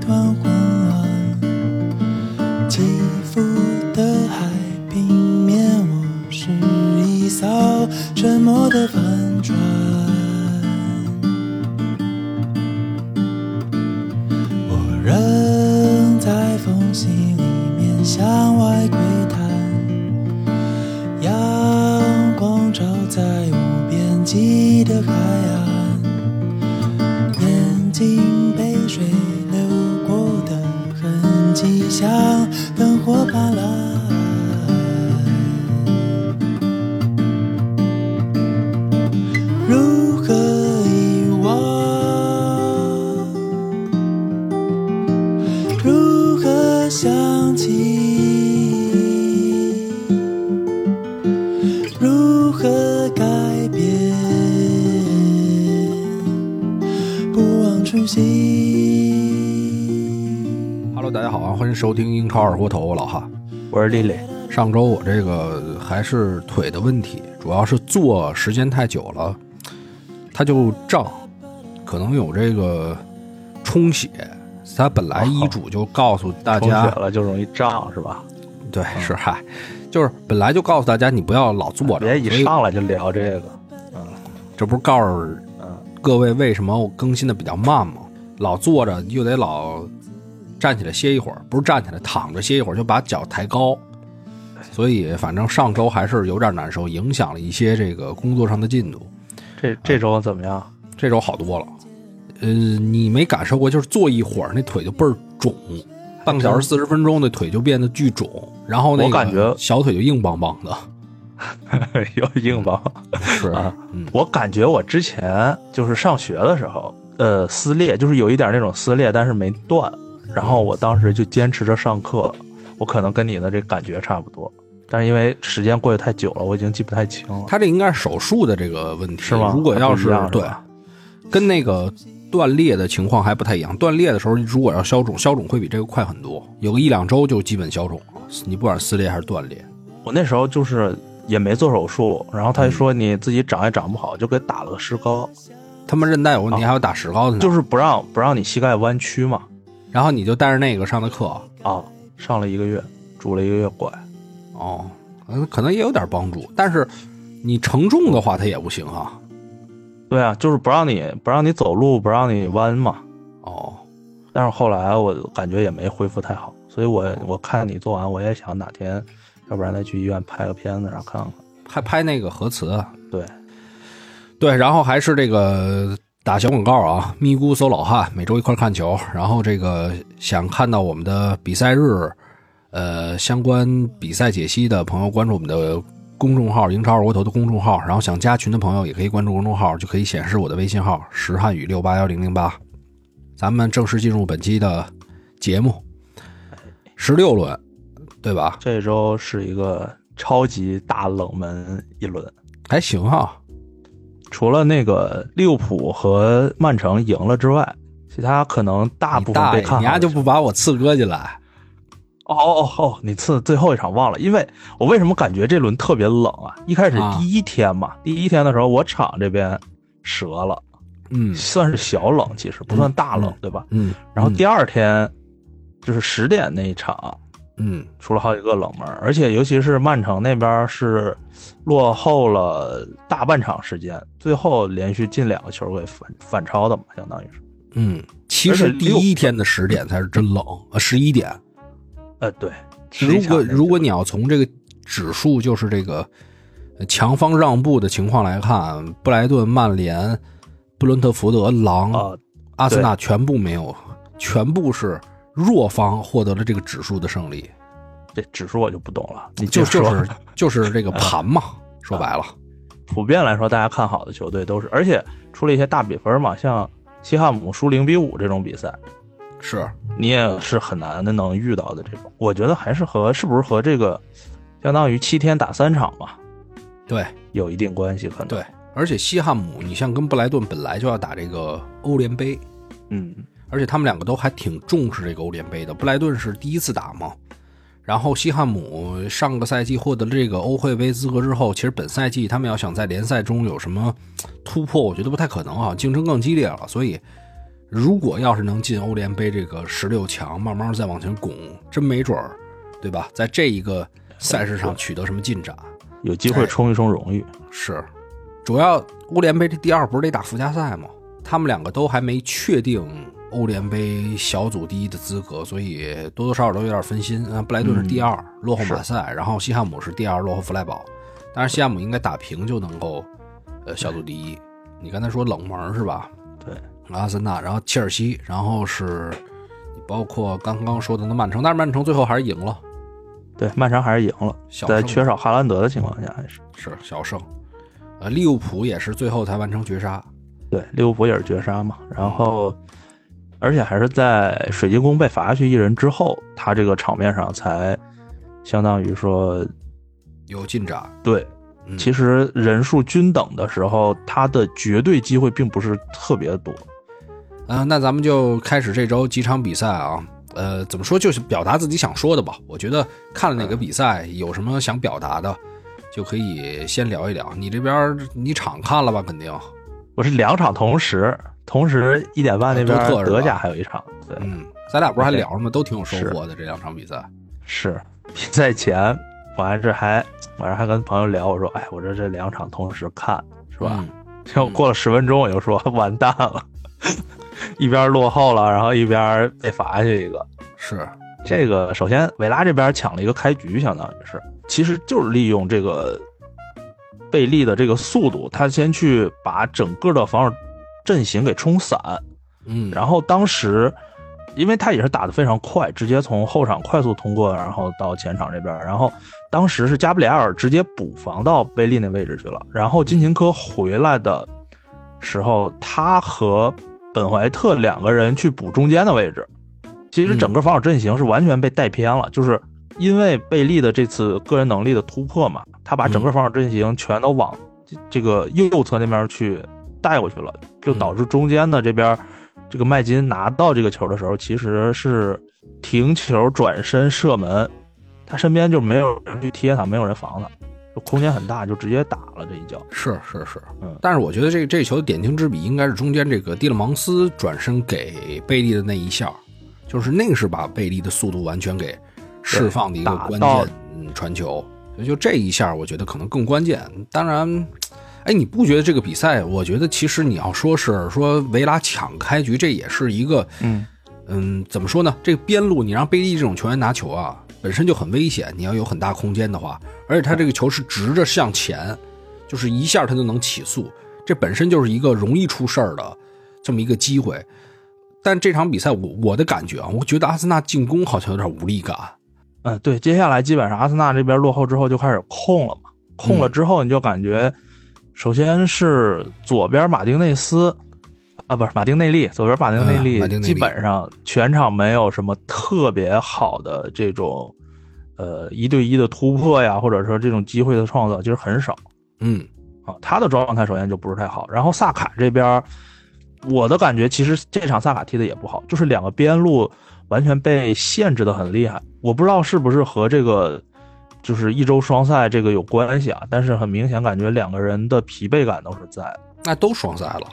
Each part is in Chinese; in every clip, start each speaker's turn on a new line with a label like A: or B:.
A: 船昏暗，起伏的海平面，我是一艘沉没的帆船。我仍在缝隙里面向外窥探，阳光照在无边际的海岸，眼睛被水流过的痕迹，像灯火斑斓。如何遗忘？如何想起？如何改变？不忘初心。
B: Hello，大家好啊，欢迎收听英超二锅头，我老哈。
C: 我是丽丽，
B: 上周我这个还是腿的问题，主要是坐时间太久了，它就胀，可能有这个充血。它本来医嘱就告诉大
C: 充血
B: 家，
C: 了就容易胀是吧？
B: 对，是嗨，就是本来就告诉大家你不要老坐着，
C: 别一
B: 所以
C: 上来就聊这个，
B: 这不是告诉各位为什么我更新的比较慢吗？老坐着又得老站起来歇一会儿，不是站起来躺着歇一会儿，就把脚抬高。所以反正上周还是有点难受，影响了一些这个工作上的进度。嗯
C: 这这周怎么样？
B: 这周好多了。呃，你没感受过，就是坐一会儿那腿就倍儿肿，半个小时四十分钟那腿就变得巨肿，然后那
C: 嗯我感
B: 个
C: 觉
B: 小腿就硬邦邦 的。
C: 又硬吧？
B: 是
C: 啊，
B: 嗯，
C: 我感觉我之前就是上学的时候，呃，撕裂就是有一点那种撕裂，但是没断。然后我当时就坚持着上课，我可能跟你的这感觉差不多，但是因为时间过得太久了，我已经记不太清了。
B: 他这应该是手术的这个问题，
C: 是吗
B: 如果要是
C: 还不一
B: 对
C: 样是吧，
B: 跟那个断裂的情况还不太一样。断裂的时候，如果要消肿，消肿会比这个快很多，有个一两周就基本消肿了。你不管是撕裂还是断裂，
C: 我那时候就是也没做手术，然后他
B: 嗯
C: 就说你自己长也长不好，就给打了个石膏，
B: 他们韧带有问题，
C: 啊
B: 还有打石膏的呢。
C: 就是不让不让你膝盖弯曲嘛。
B: 然后你就带着那个上的课，
C: 啊，上了一个月，拄了一个月拐。
B: 哦，嗯，可能也有点帮助，但是你承重的话，它也不行啊。
C: 对啊，就是不让你不让你走路，不让你弯嘛。
B: 哦，
C: 但是后来我感觉也没恢复太好，所以我我看你做完，我也想哪天，要不然再去医院拍个片子，然后看看。
B: 还拍那个核磁啊，
C: 对，
B: 对，然后还是这个打小广告啊，咪咕搜老汉，每周一块儿看球。然后这个想看到我们的比赛日，呃，相关比赛解析的朋友关注我们的公众号“英超二锅头”的公众号，然后想加群的朋友也可以关注公众号，就可以显示我的微信号石汉语六八幺零零八。咱们正式进入本期的节目，十六轮，对吧？
C: 这周是一个超级大冷门一轮，
B: 还行啊，
C: 除了那个利物浦和曼城赢了之外，其他可能大
B: 你
C: 部分
B: 大
C: 被
B: 爷，
C: 看好
B: 你
C: 的
B: 丫就不把我刺哥进来？
C: 哦哦哦，你次最后一场忘了，因为我为什么感觉这轮特别冷啊？一开始
B: 啊
C: 第一天嘛，第一天的时候我场这边折了，
B: 嗯
C: 算是小冷，其实不算大冷，
B: 嗯
C: 对吧？
B: 嗯，
C: 然后第二天就是十点那一场，
B: 嗯
C: 出了好几个冷门，而且尤其是曼城那边是落后了大半场时间，最后连续进两个球给反反超的嘛，相当于是。
B: 嗯，其实第一天的十点才是真冷，呃，十一点。
C: 呃，对，
B: 如
C: 11场
B: 果
C: 那个
B: 如果你要从这个指数，就是这个呃强方让步的情况来看，布莱顿、曼联、布伦特福德、狼、
C: 啊、
B: 阿森纳全部没有，全部是弱方获得了这个指数的胜利，
C: 这指数我就不懂了，你
B: 就
C: 接着
B: 就
C: 说啊
B: 是 就是这个盘嘛，说白了，
C: 普遍来说，大家看好的球队都是，而且出了一些大比分嘛，像西汉姆输零比五这种比赛，
B: 是
C: 你也是很难的能遇到的这种。我觉得还是和是不是和这个相当于七天打三场吧，
B: 对。
C: 有一定关系，可能。
B: 对，，而且西汉姆，你像跟布莱顿本来就要打这个欧联杯，
C: 嗯，
B: 而且他们两个都还挺重视这个欧联杯的。布莱顿是第一次打嘛，然后西汉姆上个赛季获得了这个欧会杯资格之后，其实本赛季他们要想在联赛中有什么突破，我觉得不太可能啊，竞争更激烈了，所以如果要是能进欧联杯这个十六强，慢慢再往前拱，真没准儿，对吧？在这一个赛事上取得什么进展
C: 有机会冲一冲荣誉。
B: 是，主要欧联杯这第二不是得打附加赛吗？他们两个都还没确定欧联杯小组第一的资格，所以多多少少都有点分心。啊，布莱顿是第二，落后马赛，然后西汉姆是第二，落后弗莱堡。但是西汉姆应该打平就能够，呃，小组第一。你刚才说冷门是吧？
C: 对，
B: 阿森纳，然后切尔西，然后是你包括刚刚说的那曼城，但是曼城最后还是赢了，
C: 对，曼城还是赢了，
B: 小
C: 在
B: 胜
C: 缺少哈兰德的情况下，还是
B: 是小胜。呃，利物浦也是最后才完成绝杀，
C: 对利物浦也是绝杀嘛。然后，而且还是在水晶宫被罚下去一人之后，他这个场面上才相当于说
B: 有进展。
C: 对
B: 嗯、
C: 其实人数均等的时候，他的绝对机会并不是特别多。
B: 嗯、那咱们就开始这周几场比赛啊。呃，怎么说，就是表达自己想说的吧。我觉得看了哪个比赛，有什么想表达的，就可以先聊一聊。你这边儿你场看了吧？肯定，
C: 我是两场同时，同时一点半那边
B: 多特是吧
C: 德甲还有一场，对，
B: 嗯，咱俩不是还聊了吗？都挺有收获的这两场比赛。
C: 是比赛前我还是还晚上还跟朋友聊，我说，哎，我这这两场同时看是吧？
B: 嗯
C: 结果过了十分钟，我就说完蛋了，一边落后了，然后一边被罚下去一个。
B: 是，
C: 这个首先维拉这边抢了一个开局，相当于是，其实就是利用这个贝利的这个速度，他先去把整个的防守阵型给冲散，
B: 嗯，
C: 然后当时，因为他也是打得非常快，直接从后场快速通过，然后到前场这边，然后当时是加布里埃尔直接补防到贝利那位置去了，然后金琴科回来的时候，他和本怀特两个人去补中间的位置，其实整个防守阵型是完全被带偏了，就是。因为贝利的这次个人能力的突破嘛，他把整个防守阵型全都往这这个右侧那边去带过去了，就导致中间的这边这个麦金拿到这个球的时候，其实是停球转身射门，他身边就没有人去贴他，没有人防他，就空间很大，就直接打了这一脚。
B: 是是是
C: 嗯，
B: 但是我觉得这这球的点睛之笔应该是中间这个蒂勒芒斯转身给贝利的那一下，就是那个是把贝利的速度完全给释放的一个
C: 打
B: 关
C: 到
B: 键嗯传球，所以就这一下我觉得可能更关键。当然，哎，你不觉得这个比赛？我觉得其实你要说是说维拉抢开局，这也是一个
C: 嗯，
B: 嗯，怎么说呢？这个边路你让贝利这种球员拿球啊，本身就很危险。你要有很大空间的话，而且他这个球是直着向前，就是一下他就能起速，这本身就是一个容易出事儿的这么一个机会。但这场比赛我我的感觉啊，我觉得阿森纳进攻好像有点无力感。
C: 嗯，对，接下来基本上阿森纳这边落后之后就开始控了嘛，控
B: 嗯
C: 了之后你就感觉，首先是左边马丁内斯，啊，不是马丁内利，左边马丁内
B: 嗯
C: 利，
B: 马丁内利
C: 基本上全场没有什么特别好的这种，呃，一对一的突破呀，或者说这种机会的创造，其实很少。
B: 嗯
C: 啊，他的状态首先就不是太好。然后萨卡这边儿，我的感觉其实这场萨卡踢的也不好，就是两个边路完全被限制的很厉害。我不知道是不是和这个就是一周双赛这个有关系啊，但是很明显感觉两个人的疲惫感都是在的，
B: 那都双赛了，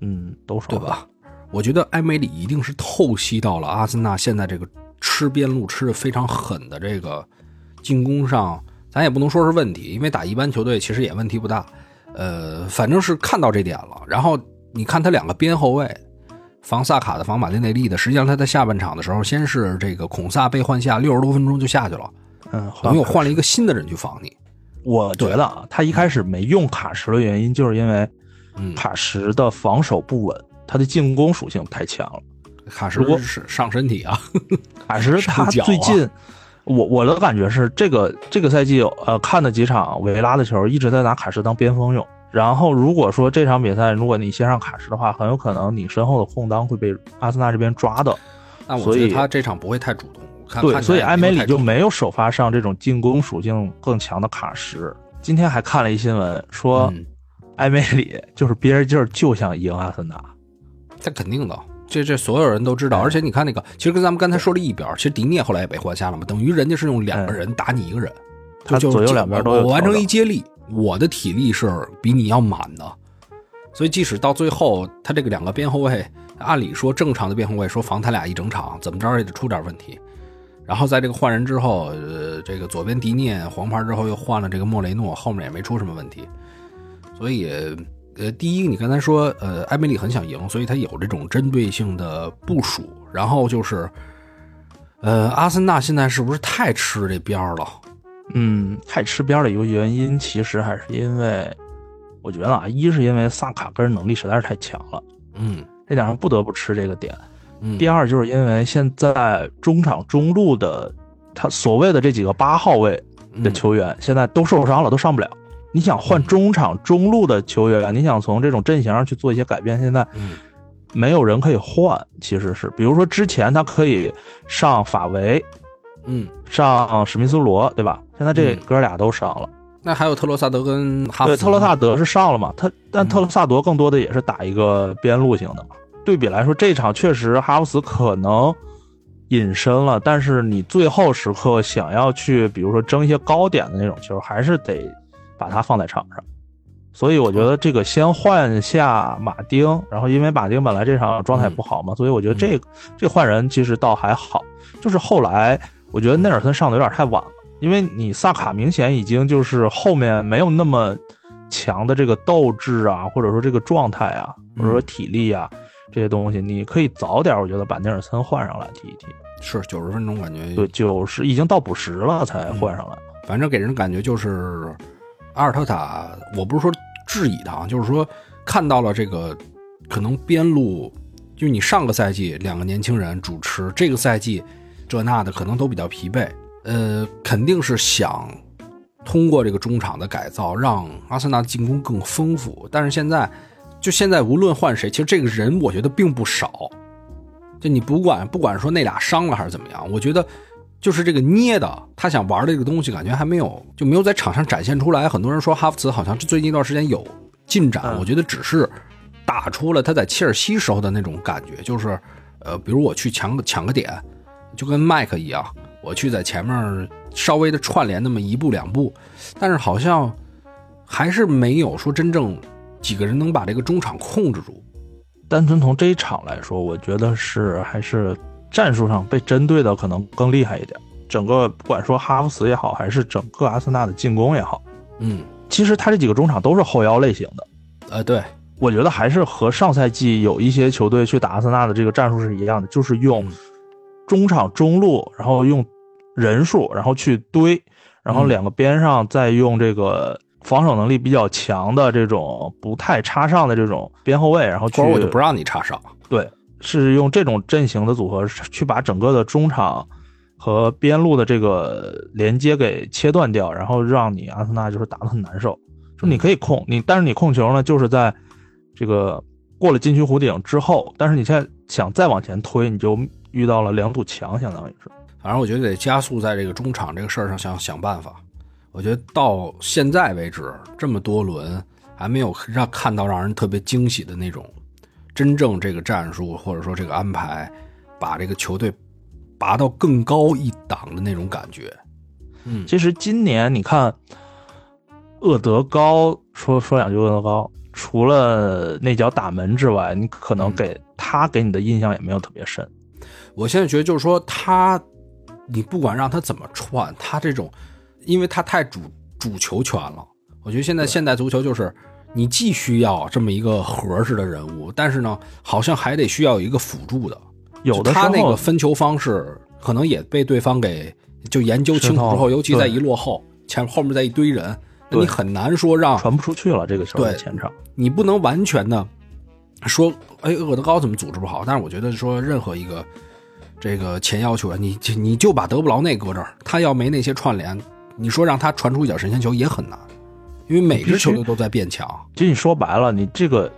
C: 嗯，都是
B: 对吧？我觉得埃梅里一定是透析到了阿森纳现在这个吃边路吃的非常狠的这个进攻上，咱也不能说是问题，因为打一般球队其实也问题不大。呃，反正是看到这点了。然后你看他两个边后卫，防萨卡的，防马丁内利的，实际上他在下半场的时候，先是这个孔萨被换下，六十多分钟就下去了，
C: 嗯，
B: 等于我
C: 换。
B: 换了一个新的人去防你。
C: 我觉得啊，他一开始没用卡什的原因，就是因为
B: 嗯，
C: 卡什的防守不稳，他的进攻属性太强了。
B: 卡什
C: 如果
B: 是上身体啊，
C: 卡什
B: 上
C: 他
B: 脚啊
C: 最近，我我的感觉是，这个这个赛季呃看的几场维拉的球，一直在拿卡什当边锋用。然后如果说这场比赛，如果你先上卡什的话，很有可能你身后的空当会被阿森纳这边抓的。
B: 但我
C: 所
B: 觉
C: 以
B: 得他这场不会太主动。我看
C: 对，
B: 看起
C: 所以
B: 来
C: 埃
B: 没
C: 梅
B: 有
C: 里
B: 太
C: 就
B: 主动
C: 没有首发上这种进攻属性更强的卡什。今天还看了一新闻说，
B: 嗯
C: 埃梅里就是憋着劲儿就想赢阿森纳。
B: 这肯定的，这这所有人都知道。而且你看那个，其实跟咱们刚才说的一边儿，其实迪涅后来也被换下了嘛，等于人家是用两个人打你一个人，
C: 他
B: 就
C: 左右
B: 就
C: 两边都有
B: 我完
C: 调
B: 成一
C: 整
B: 接力，我的体力是比你要满的，所以即使到最后他这个两个边后卫按理说正常的变后卫说防他俩一整场，怎么着也得出点问题。然后在这个换人之后，呃，这个左边迪涅黄牌之后又换了这个莫雷诺，后面也没出什么问题。所以，呃，第一，你刚才说，呃，埃梅里很想赢，所以他有这种针对性的部署。然后就是，呃，阿森纳现在是不是太吃这边儿了？
C: 嗯，太吃边儿的一个原因，其实还是因为，我觉得啊，一是因为萨卡个人能力实在是太强了，
B: 嗯
C: 这点上不得不吃这个点。
B: 嗯，
C: 第二就是因为现在中场中路的他所谓的这几个八号位的
B: 嗯
C: 球员，现在都受伤了，都上不了。你想换中场中路的球员，你想从这种阵型上去做一些改变，现在
B: 嗯
C: 没有人可以换，其实是，比如说之前他可以上法维，
B: 嗯，
C: 上史密斯罗，对吧？现在这
B: 嗯
C: 哥俩都伤了。
B: 那还有特洛萨德跟哈弗
C: 对，
B: 茨
C: 特洛萨德是上了嘛？他但
B: 嗯
C: 特洛萨德更多的也是打一个边路型的嘛。对比来说，这场确实哈弗茨可能隐身了，但是你最后时刻想要去，比如说争一些高点的那种球，还是得把他放在场上。所以我觉得这个先换下马丁，然后因为马丁本来这场状态不好嘛，所以我觉得这个这换人其实倒还好。就是后来我觉得内尔森上的有点太晚了，因为你萨卡明显已经就是后面没有那么强的这个斗志啊，或者说这个状态啊，或者说体力啊这些东西，你可以早点我觉得把内尔森换上来踢一踢。
B: 是九十分钟，感觉
C: 对，九十已经到补时了才换上来。
B: 反正给人感觉就是阿尔特塔，我不是说质疑他啊，就是说看到了这个可能边路，就你上个赛季两个年轻人主持，这个赛季这那的可能都比较疲惫，呃，肯定是想通过这个中场的改造，让阿森纳进攻更丰富。但是现在，就现在无论换谁，其实这个人我觉得并不少。就你不管不管说那俩伤了还是怎么样，我觉得就是这个捏的，他想玩的这个东西，感觉还没有就没有在场上展现出来。很多人说哈弗茨好像最近一段时间有进展，
C: 嗯
B: 我觉得只是打出了他在切尔西时候的那种感觉，就是呃，比如我去抢个抢个点，就跟麦克一样，我去在前面稍微的串联那么一步两步，但是好像还是没有说真正几个人能把这个中场控制住。
C: 单纯从这一场来说，我觉得是还是战术上被针对的可能更厉害一点。整个不管说哈弗茨也好，还是整个阿森纳的进攻也好，
B: 嗯，
C: 其实他这几个中场都是后腰类型的。
B: 呃，对，
C: 我觉得还是和上赛季有一些球队去打阿森纳的这个战术是一样的，就是用
B: 嗯
C: 中场中路，然后用人数，然后去堆，然后
B: 嗯
C: 两个边上再用这个防守能力比较强的这种不太插上的这种边后卫，然后去
B: 或者我就不让你插上。
C: 是用这种阵型的组合去把整个的中场和边路的这个连接给切断掉，然后让你阿森纳就是打得很难受。就你可以控你，但是你控球呢，就是在这个过了禁区弧顶之后，但是你现在想再往前推，你就遇到了两堵墙，相当于是。
B: 反正我觉得得加速在这个中场这个事儿上想想办法。我觉得到现在为止，这么多轮还没有让看到让人特别惊喜的那种，真正这个战术或者说这个安排，把这个球队拔到更高一档的那种感觉。嗯，
C: 其实今年你看，厄德高说说两句厄德高，除了那脚打门之外，你可能
B: 嗯
C: 给、他给你的印象也没有特别深。
B: 我现在觉得就是说他，你不管让他怎么串，他这种，因为他太主主球权了。我觉得现在现代足球就是，你既需要这么一个合适的人物，但是呢，好像还得需要有一个辅助的。
C: 有的时
B: 他
C: 候
B: 那个分球方式可能也被对方给就研究清楚之
C: 知道
B: 后，
C: 了
B: 尤其在
C: 对
B: 一落后前后面再一堆人，那
C: 对
B: 你很难说让
C: 传不出去了，这个球
B: 对
C: 在前场。
B: 你不能完全的说，哎，厄德高怎么组织不好？但是我觉得说，任何一个这个前腰球员，你你就把德布劳内搁这儿，他要没那些串联，你说让他传出一脚神仙球也很难，因为每支球队都在变强。
C: 其实你说白了，你这个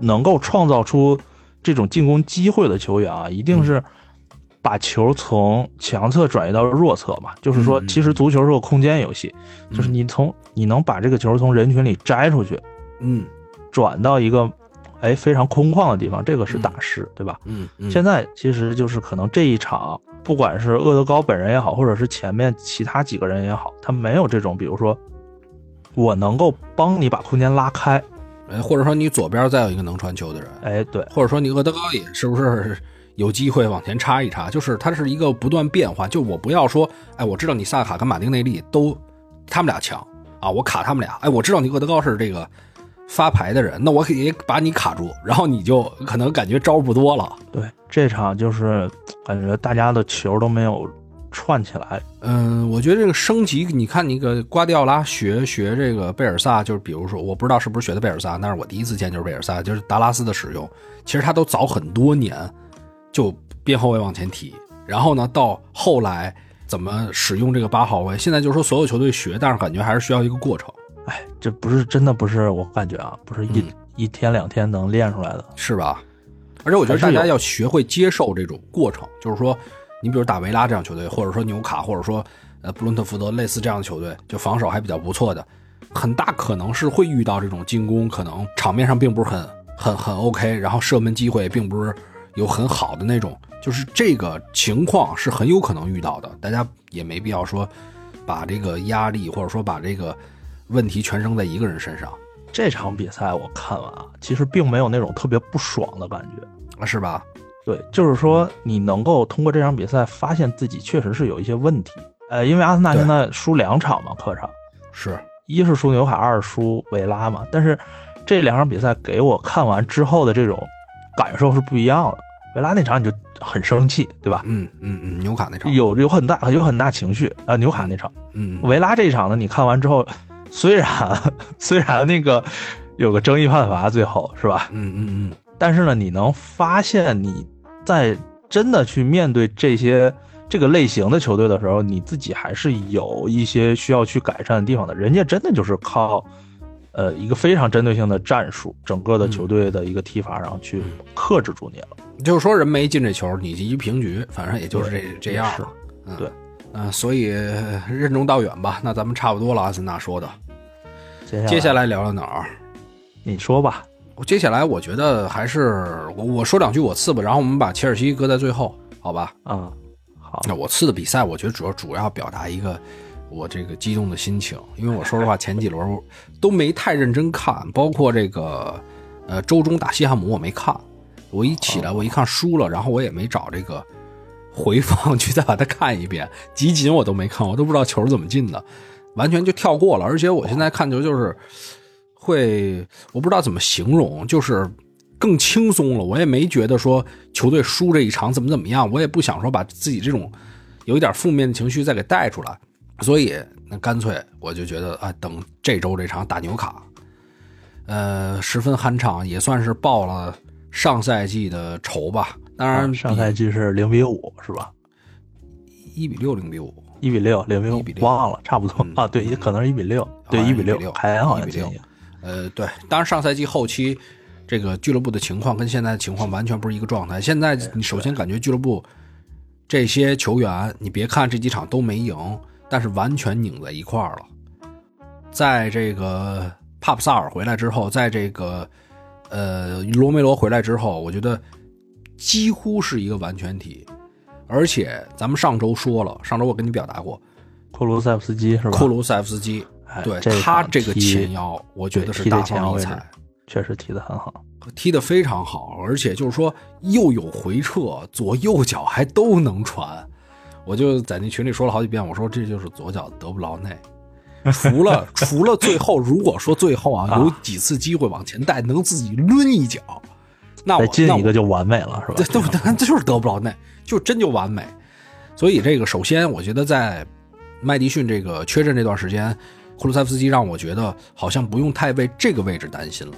C: 能够创造出这种进攻机会的球员啊，一
B: 嗯
C: 定是把球从强侧转移到弱侧嘛。就是说，
B: 嗯嗯
C: 其实足球是个空间游戏，就是你从你能把这个球从人群里摘出去，
B: 嗯
C: 转到一个哎非常空旷的地方，这个是大师，对吧？
B: 嗯嗯，
C: 现在其实就是可能这一场，不管是厄德高本人也好，或者是前面其他几个人也好，他没有这种，比如说我能够帮你把空间拉开，
B: 呃或者说你左边再有一个能传球的人，
C: 哎，对，
B: 或者说你厄德高也是不是 有机会往前插一插？就是它是一个不断变化，就我不要说，哎，我知道你萨卡跟马丁内利都他们俩强啊，我卡他们俩，哎，我知道你厄德高是这个发牌的人，那我也把你卡住，然后你就可能感觉招不多了。
C: 对，这场就是感觉大家的球都没有串起来，
B: 嗯，我觉得这个升级，你看那个瓜迪奥拉学学这个贝尔萨，就是比如说，我不知道是不是学的贝尔萨，但是我第一次见就是贝尔萨，就是达拉斯的使用，其实他都早很多年就边后卫往前踢，然后呢，到后来怎么使用这个八号位，现在就是说所有球队学，但是感觉还是需要一个过程，
C: 哎，这不是真的不是我感觉啊，不是一、
B: 嗯
C: 一天两天能练出来的。
B: 是吧？而且我觉得
C: 还
B: 大
C: 是有
B: 家要学会接受这种过程，就是说，你比如打维拉这样球队，或者说纽卡，或者说呃布伦特福德类似这样的球队，就防守还比较不错的，很大可能是会遇到这种进攻可能场面上并不是很很很 OK，然后射门机会并不是有很好的那种，就是这个情况是很有可能遇到的，大家也没必要说把这个压力或者说把这个问题全扔在一个人身上，
C: 这场比赛我看完啊，其实并没有那种特别不爽的感觉。
B: 是吧？
C: 对，就是说你能够通过这场比赛发现自己确实是有一些问题。呃，因为阿森纳
B: 对
C: 现在输两场嘛，客场，
B: 是，
C: 一是输纽卡，二是输维拉嘛。但是这两场比赛给我看完之后的这种感受是不一样的。维拉那场你就很生气，对吧？
B: 嗯嗯嗯，纽卡那场，
C: 有有很大有很大情绪啊、呃纽卡那场。
B: 嗯。嗯
C: 维拉这一场呢，你看完之后，虽然 虽然那个有个争议判罚，最后是吧？
B: 嗯嗯嗯，
C: 但是呢，你能发现你在真的去面对这些这个类型的球队的时候，你自己还是有一些需要去改善的地方的。人家真的就是靠。呃，一个非常针对性的战术，整个的球队的一个踢法，然后去克制住你了。
B: 就是说人没进这球，你一平局，反正也就是这这样了。嗯，
C: 对，
B: 嗯、所以呃任重道远吧。那咱们差不多了，阿森纳说的。接
C: 接
B: 下
C: 来
B: 来聊聊哪儿？
C: 你说吧，
B: 接下来我觉得还是我我说两句我次吧，然后我们把切尔西搁在最后，好吧？
C: 啊、好，
B: 那我次的比赛，我觉得主要主要表达一个我这个激动的心情，因为我说实话，前几轮我都没太认真看，包括这个呃周中打西汉姆我没看，我一起来我一看输了，然后我也没找这个回放 去再把它看一遍，集锦我都没看，我都不知道球是怎么进的，完全就跳过了。而且我现在看球就是会，我不知道怎么形容，就是更轻松了。我也没觉得说球队输这一场怎么怎么样，我也不想说把自己这种有一点负面的情绪再给带出来，所以那干脆我就觉得啊，等这周这场打纽卡，呃，十分酣畅，也算是报了上赛季的仇吧。当然比，
C: 啊嗯上赛季是零比五是吧？
B: 一比六零比五，
C: 一比六，零
B: 1比
C: 比
B: 6
C: 五，忘了，差不多、
B: 嗯
C: 啊，对，可能是一比六，对，
B: 好像
C: 一比
B: 1比
C: 六，
B: 6
C: 凯恩好像进
B: 1比
C: 一
B: 6呃，对，当然上赛季后期这个俱乐部的情况跟现在的情况完全不是一个状态。现在你首先感觉俱乐部这些球员，你别看这几场都没赢，但是完全拧在一块儿了。在这个帕普萨尔回来之后，在这个呃罗梅罗回来之后，我觉得几乎是一个完全体。而且咱们上周说了，上周我跟你表达过，
C: 库卢塞夫斯基是吧？
B: 库卢塞夫斯基
C: 哎
B: 对
C: 这
B: 他
C: 场
B: 这个
C: 踢
B: 前腰，我觉得是
C: 对踢
B: 大
C: 这前腰
B: 放异
C: 位置
B: 彩，
C: 确实踢得很好，
B: 踢得非常好，而且就是说又有回撤，左右脚还都能传。我就在那群里说了好几遍，我说这就是左脚德布劳内。 除了除了最后，如果说最后啊
C: 啊
B: 有几次机会往前带，能自己抡一脚，那我
C: 再进
B: 那
C: 一
B: 我
C: 个就完美了是吧？
B: 对对对，这就是德布劳内，就真就完美。所以这个首先，我觉得在麦迪逊这个缺阵这段时间，库卢塞夫斯基让我觉得好像不用太为这个位置担心了。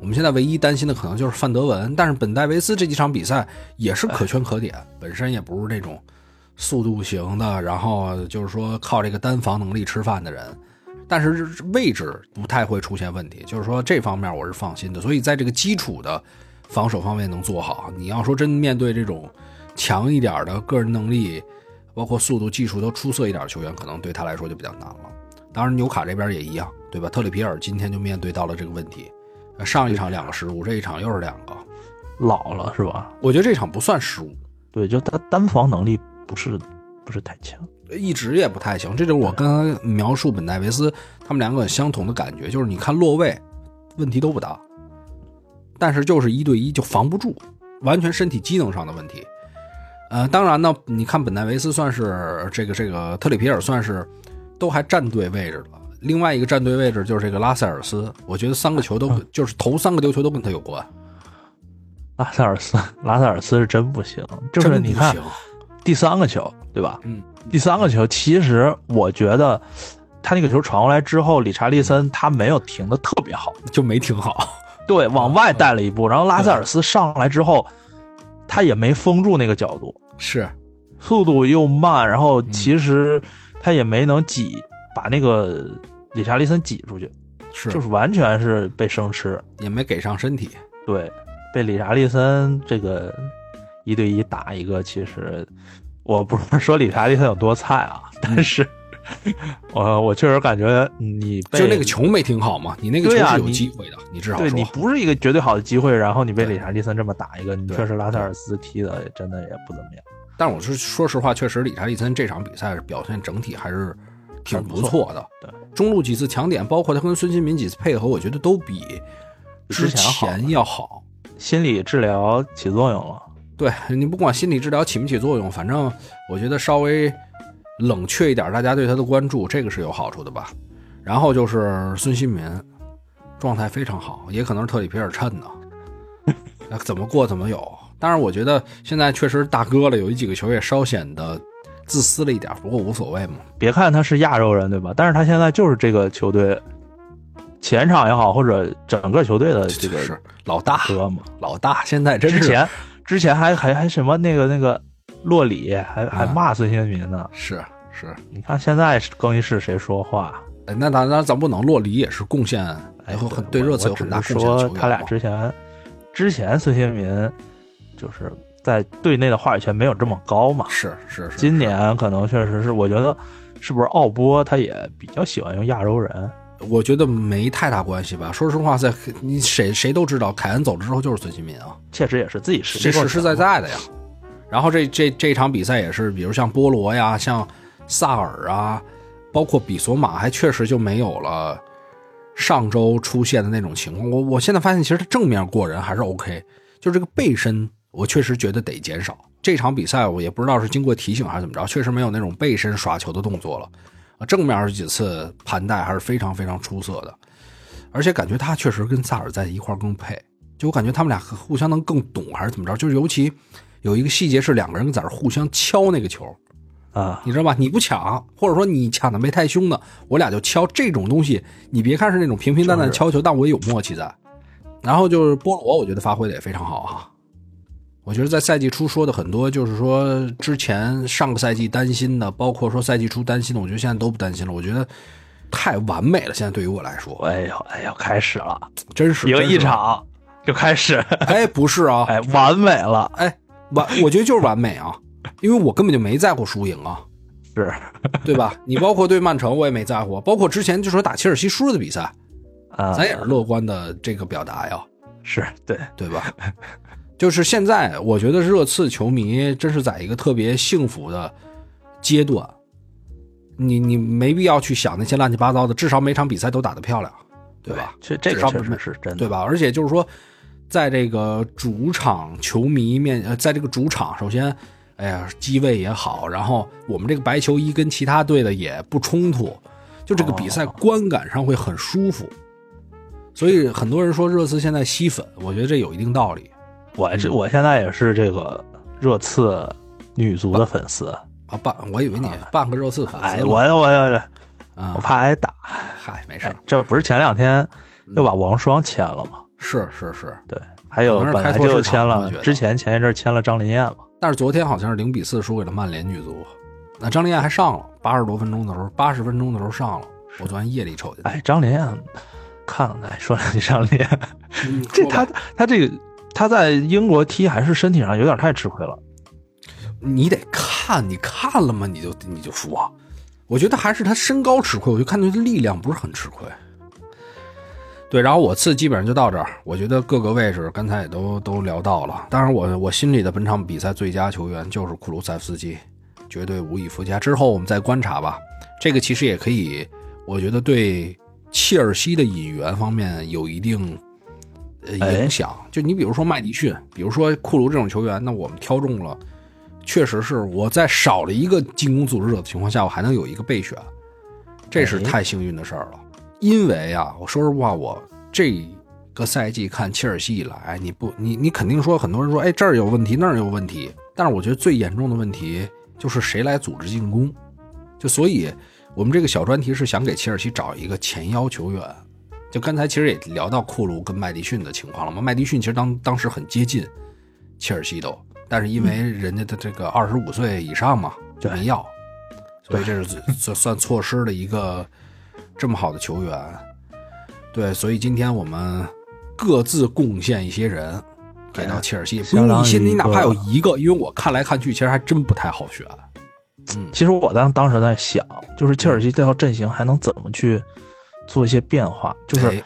B: 我们现在唯一担心的可能就是范德文，但是本戴维斯这几场比赛也是可圈可点，
C: 哎
B: 本身也不是那种速度型的，然后就是说靠这个单防能力吃饭的人，但是位置不太会出现问题，就是说这方面我是放心的。所以在这个基础的防守方面能做好，你要说真面对这种强一点的个人能力，包括速度、技术都出色一点的球员，可能对他来说就比较难了。当然，纽卡这边也一样，对吧？特里皮尔今天就面对到了这个问题，呃上一场两个失误，这一场又是两个。
C: 老了是吧？
B: 我觉得这场不算失误，
C: 对，就他单防能力不是不是太强，
B: 一直也不太行。这就是我刚刚描述本戴维斯他们两个相同的感觉，就是你看落位，问题都不大，但是就是一对一就防不住，完全身体机能上的问题。呃，当然呢，你看本戴维斯算是这个这个特里皮尔算是都还站对位置了，另外一个站对位置就是这个拉塞尔斯，我觉得三个球都
C: 嗯
B: 就是头三个丢球都跟他有关，
C: 拉塞尔斯， 拉塞尔斯是真不行，就是
B: 真
C: 你
B: 不
C: 看
B: 行。
C: 第三个球，对吧？
B: 嗯，
C: 第三个球，其实我觉得他那个球传过来之后，理查利森他没有停的特别好，
B: 就没挺 好。
C: 对，往外
B: 嗯
C: 带了一步，然后拉塞尔斯上来之后，他也没封住那个角度，
B: 是，
C: 速度又慢，然
B: 嗯
C: 后其实他也没能挤把那个理查利森挤出去，
B: 是，
C: 就是完全是被生吃，
B: 也没给上身体。
C: 对，被理查利森这个一对一打一个，其实我不是说理查利森有多菜啊，
B: 嗯
C: 但是 呃我我确实感觉你被
B: 就那个球没挺好嘛，你那个球
C: 对啊
B: 是有
C: 你
B: 机会的，你至少
C: 对
B: 说
C: 你不是一个绝对好的机会，然后你被
B: 对
C: 理查利森这么打一个，你
B: 对
C: 确实拉塞尔斯踢的也真的也不怎么样。
B: 但我是说实话，确实理查利森这场比赛表现整体还是挺不错的。
C: 很不
B: 中路几次抢点，包括他跟孙兴民几次配合，我觉得都比之
C: 之前好
B: 前要好。
C: 心理治疗起作用了，
B: 对你不管心理治疗起不起作用，反正我觉得稍微冷却一点，大家对他的关注，这个是有好处的吧。然后就是孙兴民，状态非常好，也可能是特里皮尔衬的， 那怎么过怎么有。当然，我觉得现在确实大哥了，有几个球也稍显得自私了一点，不过无所谓嘛。
C: 别看他是亚洲人对吧？但是他现在就是这个球队前场也好，或者整个球队的呃这个
B: 是老大，
C: 哥嘛。
B: 老大，现在真
C: 之
B: 是
C: 前之前还还还什么那个那个洛里还还
B: 嗯
C: 骂孙兴民呢，
B: 是是，
C: 你看现在更衣室谁说话？
B: 哎那咱咱咱不能洛里也是贡献，
C: 哎
B: 然后很
C: 对
B: 对热
C: 我
B: 刺
C: 我
B: 有
C: 只
B: 很大
C: 是
B: 贡献的
C: 说
B: 球员
C: 他俩
B: 嘛
C: 之前之前孙兴民就是在队内的话语权没有这么高嘛，
B: 是是是，
C: 今年可能确实是我觉得是不是奥波他也比较喜欢用亚洲人，
B: 我觉得没太大关系吧。说实话，在你谁谁都知道，凯恩走之后就是孙兴民啊，
C: 确实也是自己实
B: 这
C: 力
B: 实实在在的呀。然后这这这场比赛也是，比如像波罗呀，像萨尔啊，包括比索马，还确实就没有了上周出现的那种情况。我我现在发现，其实他正面过人还是 OK，就这个背身，我确实觉得得减少。这场比赛我也不知道是经过提醒还是怎么着，确实没有那种背身刷球的动作了。啊正面有几次盘带还是非常非常出色的，而且感觉他确实跟萨尔在一块儿更配，就我感觉他们俩互相能更懂还是怎么着，就是尤其有一个细节是两个人在那儿互相敲那个球，
C: 啊，
B: 你知道吧？你不抢，或者说你抢的没太凶的，我俩就敲这种东西。你别看是那种平平淡淡
C: 就是
B: 敲球，但我也有默契在。然后就是波罗，我觉得发挥的也非常好哈。我觉得在赛季初说的很多，就是说之前上个赛季担心的，包括说赛季初担心的，我觉得现在都不担心了。我觉得太完美了，现在对于我来说，
C: 哎呦哎呦，开始了，
B: 真是
C: 赢
B: 真是
C: 一场就开始，
B: 哎，不是啊，
C: 哎，完美了，
B: 哎，完，我觉得就是完美啊，因为我根本就没在乎输赢啊。
C: 是
B: 对吧？你包括对曼城，我也没在乎，啊包括之前就说打切尔西输了的比赛，
C: 啊，
B: 咱也是乐观的这个表达呀，
C: 是对，
B: 对吧？就是现在，我觉得热刺球迷真是在一个特别幸福的阶段，你你没必要去想那些乱七八糟的，至少每场比赛都打得漂亮，对吧？
C: 这这
B: 至
C: 个
B: 少
C: 确
B: 没
C: 实是真的，
B: 对吧？而且就是说，在这个主场球迷面，呃，在这个主场，首先，哎呀，机位也好，然后我们这个白球衣跟其他队的也不冲突，就
C: 哦
B: 这个比赛观感上会很舒服。所以很多人说热刺现在吸粉，我觉得这有一定道理
C: 我这我现在也是这个热刺女足的粉丝，
B: 啊。半，我以为你半个热刺粉
C: 哎，
B: 丝
C: 我
B: 呢，
C: 我我我
B: 啊，
C: 怕挨打，
B: 嗨，没事
C: 哎
B: 儿，，
C: 这不是前两天又把王霜签了吗？
B: 是是是。
C: 对，还
B: 嗯
C: 有
B: 可能是
C: 本
B: 开
C: 来
B: 拓市
C: 就
B: 场
C: 签
B: 我
C: 了
B: 觉得，
C: 之前前一阵儿签了张琳燕嘛，
B: 但是昨天好像是零比四输给了曼联女足，那张琳艳还上了八十多分钟的时候，八十分钟的时候上了，我昨天夜里瞅见的。
C: 哎，张琳燕，看了，哎，说两句张琳燕，
B: 嗯
C: 这
B: 说吧
C: 他他这个他在英国踢还是身体上有点太吃亏了，
B: 你得看，你看了吗？你就你就说，我觉得还是他身高吃亏，我就看他的力量不是很吃亏。对，然后我次基本上就到这儿，我觉得各个位置刚才也都都聊到了。当然我，我心里的本场比赛最佳球员就是库卢塞夫斯基，绝对无以复加。之后我们再观察吧，这个其实也可以，我觉得对切尔西的引援方面有一定呃
C: 哎
B: 影响。就你比如说麦迪逊，比如说库卢这种球员，那我们挑中了，确实是我在少了一个进攻组织者的情况下，我还能有一个备选，这是
C: 哎
B: 太幸运的事儿了。因为啊，我说实话，我这个赛季看切尔西以来，哎你不，你你肯定说很多人说，哎，这儿有问题，那儿有问题，但是我觉得最严重的问题就是谁来组织进攻。就所以，我们这个小专题是想给切尔西找一个前腰球员。就刚才其实也聊到库卢跟麦迪逊的情况了嘛，麦迪逊其实当当时很接近切尔西都，但是因为
C: 嗯
B: 人家的这个二十五岁以上嘛，就没要，所以这是算算错失了一个这么好的球员。对，所以今天我们各自贡献一些人给到切尔西，不
C: 相
B: 用
C: 当于
B: 你心里哪怕有
C: 一个
B: 一个，因为我看来看去其实还真不太好选。
C: 其实我当当时在想，就是切尔西这套阵型还能怎么去做一些变化？就是
B: 哎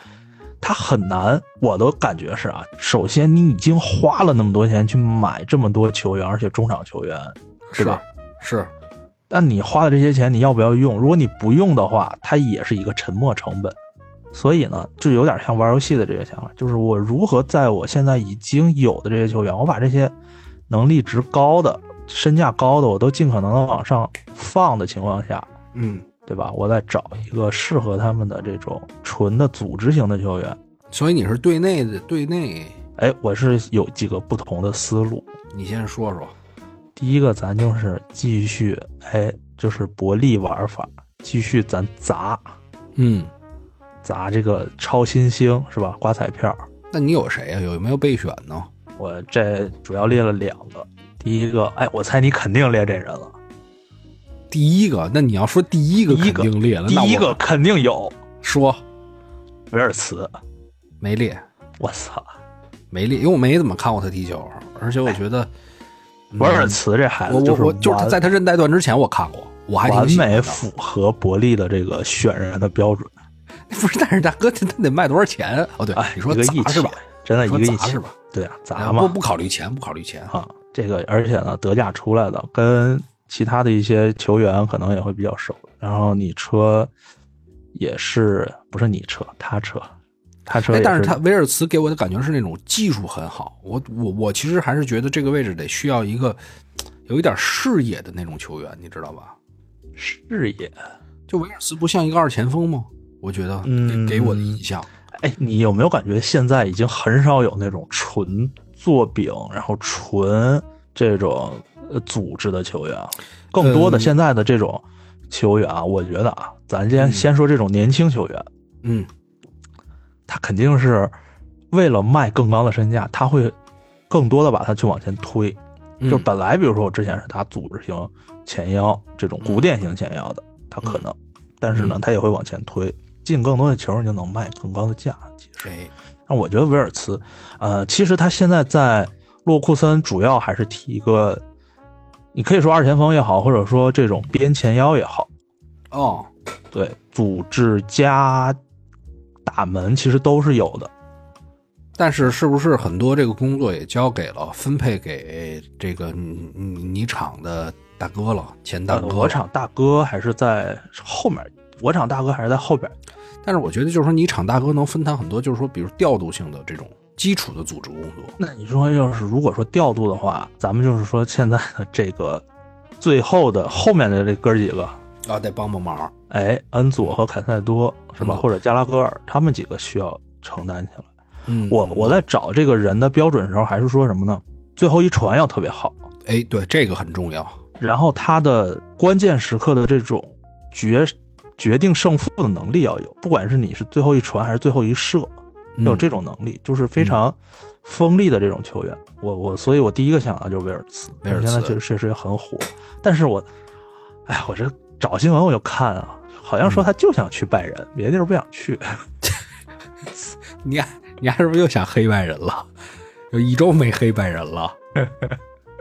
C: 它很难，我的感觉是啊，首先你已经花了那么多钱去买这么多球员，而且中场球员，
B: 是
C: 对吧？
B: 是，
C: 但你花的这些钱你要不要用？如果你不用的话，它也是一个沉没成本。所以呢，就有点像玩游戏的这个想法，就是我如何在我现在已经有的这些球员，我把这些能力值高的、身价高的，我都尽可能的往上放的情况下，
B: 嗯，
C: 对吧？我再找一个适合他们的这种纯的组织型的球员。
B: 所以你是对内的对内，
C: 哎，我是有几个不同的思路。
B: 你先说说。
C: 第一个，咱就是继续，哎，就是博弈玩法，继续咱砸
B: 嗯，
C: 砸这个超新星是吧？刮彩票，
B: 那你有谁呀、有没有备选呢？
C: 我这主要列了两个。第一个，哎，我猜你肯定列这人了，
B: 第一个，那你要说第一个
C: 第
B: 肯
C: 一个
B: 定列了，
C: 第
B: 呃那
C: 一
B: 我
C: 个肯定有
B: 说
C: 维尔茨。
B: 没列，
C: 我操，
B: 没列，因为我没怎么看过他踢球，而且我觉得
C: 维尔茨这孩
B: 嗯我我
C: 子哎就是
B: 我就是他
C: 完
B: 在他韧带断之前我看过，我还挺
C: 完
B: 喜欢
C: 美
B: 的。
C: 符合伯利的这个选人的标准。
B: 不是，但是大哥他他得卖多少钱？哦，对，
C: 哎，
B: 你说
C: 一个
B: 砸
C: 亿
B: 是吧？？
C: 真的，一
B: 说
C: 个亿
B: 砸
C: 起
B: 是吧？
C: 对啊，砸
B: 啊
C: 嘛
B: 不不考虑钱，不考虑 钱。
C: 啊，这个而且呢，德甲出来的跟其他的一些球员可能也会比较熟。然后你车也是不是你车，他车，他车也
B: 哎，
C: 是，
B: 但是他威尔茨给我的感觉是那种技术很好，我我我其实还是觉得这个位置得需要一个有一点视野的那种球员，你知道吧？
C: 视野。
B: 就维尔茨不像一个二前锋吗？我觉得
C: 嗯
B: 给给我的印象，
C: 哎，你有没有感觉现在已经很少有那种纯做饼，然后纯这种呃组织的球员啊？更多的
B: 嗯
C: 现在的这种球员啊，我觉得啊，咱先
B: 嗯
C: 先说这种年轻球员，
B: 嗯，
C: 他肯定是为了卖更高的身价，他会更多的把他去往前推。就
B: 嗯
C: 本来比如说我之前是打组织型前腰这种古典型前腰的，他可能，但是呢，
B: 嗯
C: 他也会往前推，进更多的球，你就能卖更高的价。其实，
B: 谁
C: 但我觉得维尔茨，呃，其实他现在在洛库森主要还是踢一个，你可以说二前锋也好，或者说这种边前腰也好，
B: 哦，
C: 对，组织加打门其实都是有的。
B: 但是是不是很多这个工作也交给了分配给这个泥泥泥厂的大哥了，前大
C: 呃
B: 哥？
C: 我，场大哥还是在后面，我场大哥还是在后边。
B: 但是我觉得就是说泥厂大哥能分摊很多，就是说比如调度性的这种基础的组织工作，
C: 那你说，要是如果说调度的话，咱们就是说现在的这个最后的后面的这哥几个，
B: 啊，得帮帮忙。
C: 哎，恩佐和坎塞多是吧，
B: 嗯
C: 或者加拉戈尔，他们几个需要承担起来。
B: 嗯，
C: 我我在找这个人的标准的时候，还是说什么呢？最后一传要特别好，
B: 哎，对，这个很重要。
C: 然后他的关键时刻的这种决决定胜负的能力要有，不管是你是最后一传还是最后一射，
B: 嗯
C: 要有这种能力，就是非常锋利的这种球员。我我，所以我第一个想到就是威尔茨，
B: 威尔茨
C: 现在确实确实也很火，但是我，哎，我这找新闻我就看啊，好像
B: 嗯
C: 说他就想去拜仁，别的地儿不想去。
B: 你还你还是不是又想黑拜仁了？有一周没黑拜仁了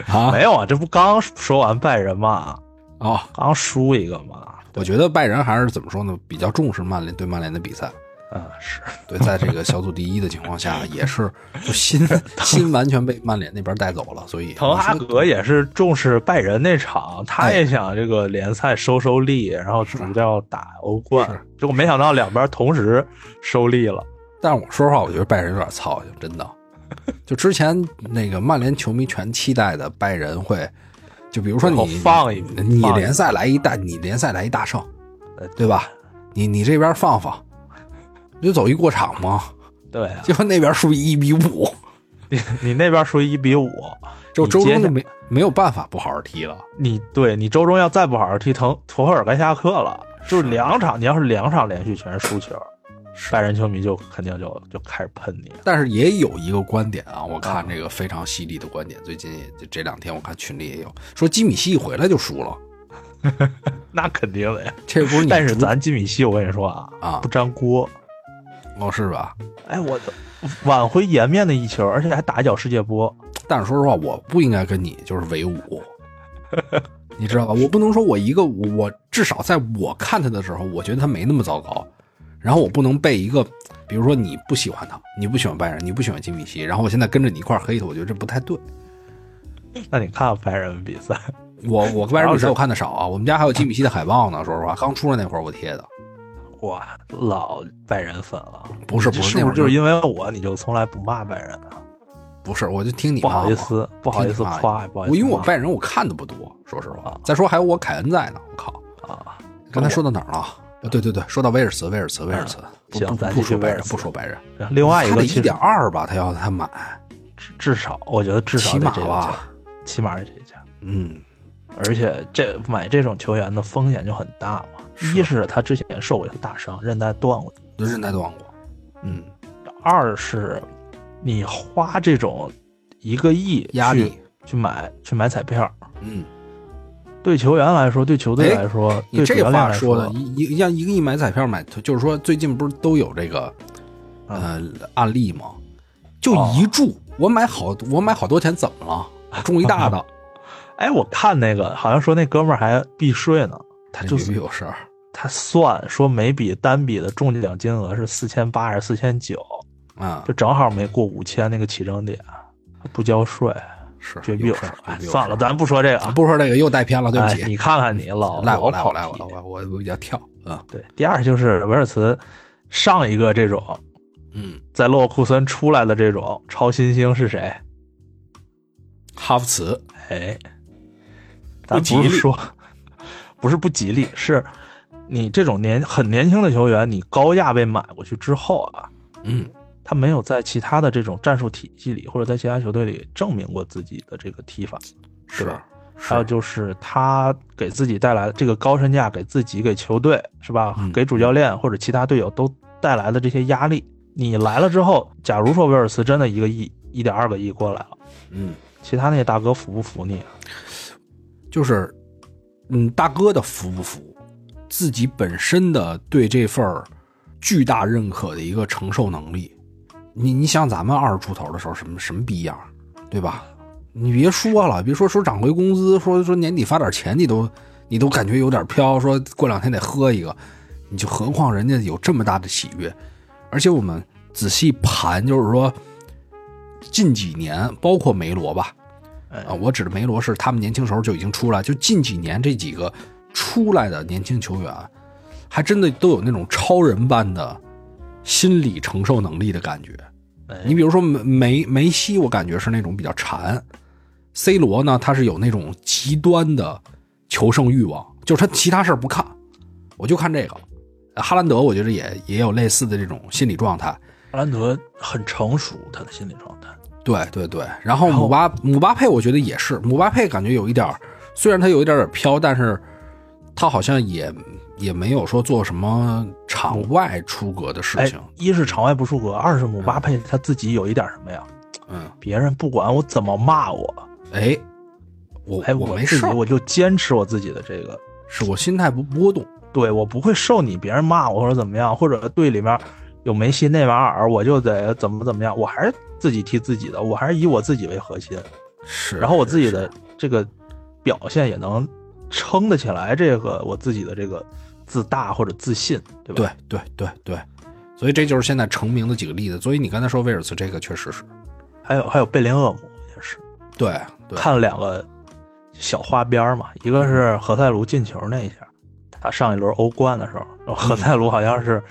B: 啊？
C: 没有啊，这不刚说完拜仁嘛，
B: 哦，
C: 刚输一个嘛。
B: 我觉得拜仁还是怎么说呢，比较重视曼联对曼联的比赛。
C: 啊， 是
B: 对，在这个小组第一的情况下，也是就心心完全被曼联那边带走了，所以
C: 滕哈格也是重视拜仁那场，他
B: 哎
C: 也想这个联赛收收力，然后主调打欧冠，结果没想到两边同时收力了。
B: 但是我说实话，我觉得拜仁有点操心，真的。就之前那个曼联球迷全期待的拜仁会，就比如说
C: 然后
B: 你
C: 放一
B: 你
C: 放一
B: 联赛来一大，你联赛来一大胜
C: 呃，
B: 对吧？你你这边放放，不就走一过场吗？
C: 对啊，
B: 结果那边输一比五，
C: 你你那边输一比五，
B: 就
C: 你
B: 周
C: 接
B: 中
C: 下
B: 就没没有办法不好好踢了。
C: 你对你周中要再不好好踢，滕图赫尔该下课了。就是两场，你要是两场连续全是输球，拜仁球迷就肯定就就开始喷你。
B: 但是也有一个观点啊，我看这个非常犀利的观点，最近也这两天我看群里也有说，基米希一回来就输了，
C: 那肯定的呀。
B: 这不是你
C: 但是
B: 主
C: 咱基米希，我跟你说啊，
B: 啊
C: 不沾锅。
B: 哦是吧？
C: 哎，我挽回颜面的一球，而且还打一脚世界波。
B: 但是说实话，我不应该跟你就是为伍，你知道吧？我不能说我一个我我至少在我看他的时候，我觉得他没那么糟糕，然后我不能被一个比如说你不喜欢他，你不喜欢拜仁，你不喜欢基米希，然后我现在跟着你一块儿黑他，我觉得这不太对。哎
C: 那你看拜仁比 赛，
B: 我我拜仁
C: 然后
B: 比赛
C: 是
B: 我看的少啊，我们家还有基米希的海报呢，说实话，刚出来那会儿我贴的。
C: 哇，老拜仁粉了。
B: 不是
C: 你
B: 不是
C: 是
B: 那
C: 不
B: 会
C: 是
B: 儿
C: 就是因为我，你就从来不骂拜仁啊？
B: 不是，我就听你
C: 不好
B: 骂
C: 意
B: 嘛，
C: 思，不好意思
B: 听你骂
C: 夸，不好
B: 我
C: 意思骂，
B: 因为我拜仁我看的不多，说实话
C: 啊。
B: 再说还有我凯恩在呢，我靠！
C: 啊，
B: 刚才说到哪儿了？呃对对对，说到威尔茨，威尔茨，威尔茨。不
C: 啊行
B: 不
C: 咱
B: 不
C: 继续
B: 说拜
C: 威尔
B: 仁，
C: 茨
B: 不说拜仁。
C: 另外一
B: 他
C: 个
B: 得
C: 其
B: 一
C: 实
B: 点二吧，他要他买，
C: 至至少我觉得至少
B: 起
C: 得
B: 码
C: 这个价
B: 吧，，
C: 起码得这个价。
B: 嗯，
C: 而且这买这种球员的风险就很大嘛，一是他之前受过一次大伤，韧带断过；
B: 韧带断过，嗯，
C: 二是你花这种一个亿
B: 压
C: 去
B: 力，
C: 去买去买彩票，
B: 嗯，
C: 对球员来说，对球队
B: 哎
C: 来说，
B: 你
C: 对主
B: 这
C: 教练
B: 话
C: 来
B: 说
C: 说
B: 的，一一像一个亿买彩票买，就是说最近不是都有这个呃案例吗？就
C: 啊哦
B: 一注，我买好我买好多钱，怎么了？ 我中一大的，
C: 哎，我看那个好像说那哥们儿还避税呢，他
B: 他
C: 就
B: 必
C: 是
B: 有事儿。
C: 他算说每笔单笔的中奖金额是四千八还是四千九，
B: 啊
C: 就，正好没过五千那个起征点，不交税，
B: 是
C: 绝逼
B: 有
C: 有
B: 事
C: 事
B: 儿
C: 儿。
B: 绝
C: 哎
B: 逼有
C: 算
B: 事
C: 了，
B: 儿
C: 咱不说这个啊。
B: 不说这个又带偏了，对不
C: 哎，
B: 起，
C: 你看看你老
B: 赖我赖我
C: 老跑
B: 赖我
C: 题
B: 赖我我我比较跳，嗯
C: 对，第二就是维尔茨上一个这种
B: 嗯，
C: 在洛库森出来的这种超新星是谁？
B: 哈弗茨
C: 哎，咱
B: 不吉
C: 不是
B: 利
C: 说不是不吉利，是你这种年很年轻的球员，你高价被买过去之后啊，
B: 嗯
C: 他没有在其他的这种战术体系里，或者在其他球队里证明过自己的这个踢法。
B: 是
C: 吧
B: 是
C: 还有就是他给自己带来的这个高身价，给自己、给球队是吧
B: 嗯？
C: 给主教练或者其他队友都带来的这些压力，你来了之后，假如说威尔茨真的一个亿、一点二个亿过来了，
B: 嗯，
C: 其他那些大哥服不服你啊？
B: 就是嗯，大哥的服不服，自己本身的对这份儿巨大认可的一个承受能力，你你想咱们二十出头的时候什么什么逼样儿，对吧？你别说了，别说说涨回工资，说说年底发点钱，你都你都感觉有点飘，说过两天得喝一个，你就何况人家有这么大的喜悦，而且我们仔细盘，就是说近几年，包括梅罗吧，
C: 哎
B: 啊，我指的梅罗是他们年轻时候就已经出来，就近几年这几个出来的年轻球员，啊还真的都有那种超人般的心理承受能力的感觉。
C: 哎
B: 你比如说梅梅梅西，我感觉是那种比较馋；C 罗呢，他是有那种极端的求胜欲望，就是他其他事儿不看，我就看这个。呃哈兰德，我觉得也也有类似的这种心理状态。
C: 哈兰德很成熟，他的心理状态。
B: 对对对，然后
C: 然后
B: 姆巴姆巴佩，我觉得也是，姆巴佩感觉有一点儿，虽然他有一点点飘，但是他好像也也没有说做什么场外出格的事
C: 哎
B: 情。，
C: 一是场外不出格，二是姆巴佩他自己有一点什么呀？
B: 嗯，
C: 别人不管我怎么骂我，
B: 哎，我
C: 哎，
B: 我
C: 我
B: 没
C: 自
B: 事
C: 己
B: 儿，
C: 我就坚持我自己的这个，
B: 是我心态不波动。
C: 对我不会受你别人骂我或者怎么样，或者队里面有梅西、内马尔，我就得怎么怎么样，我还是自己踢自己的，我还是以我自己为核心，
B: 是，
C: 然后我
B: 是
C: 自己
B: 是
C: 的这个表现也能撑得起来，这个我自己的这个自大或者自信，对吧？
B: 对对对对，所以这就是现在成名的几个例子。所以你刚才说威尔茨这个确实是
C: 还有还有贝林厄姆也是
B: 对对
C: 看了两个小花边儿嘛，一个是何塞卢进球那一下，他上一轮欧冠的时候，然后何塞卢好像是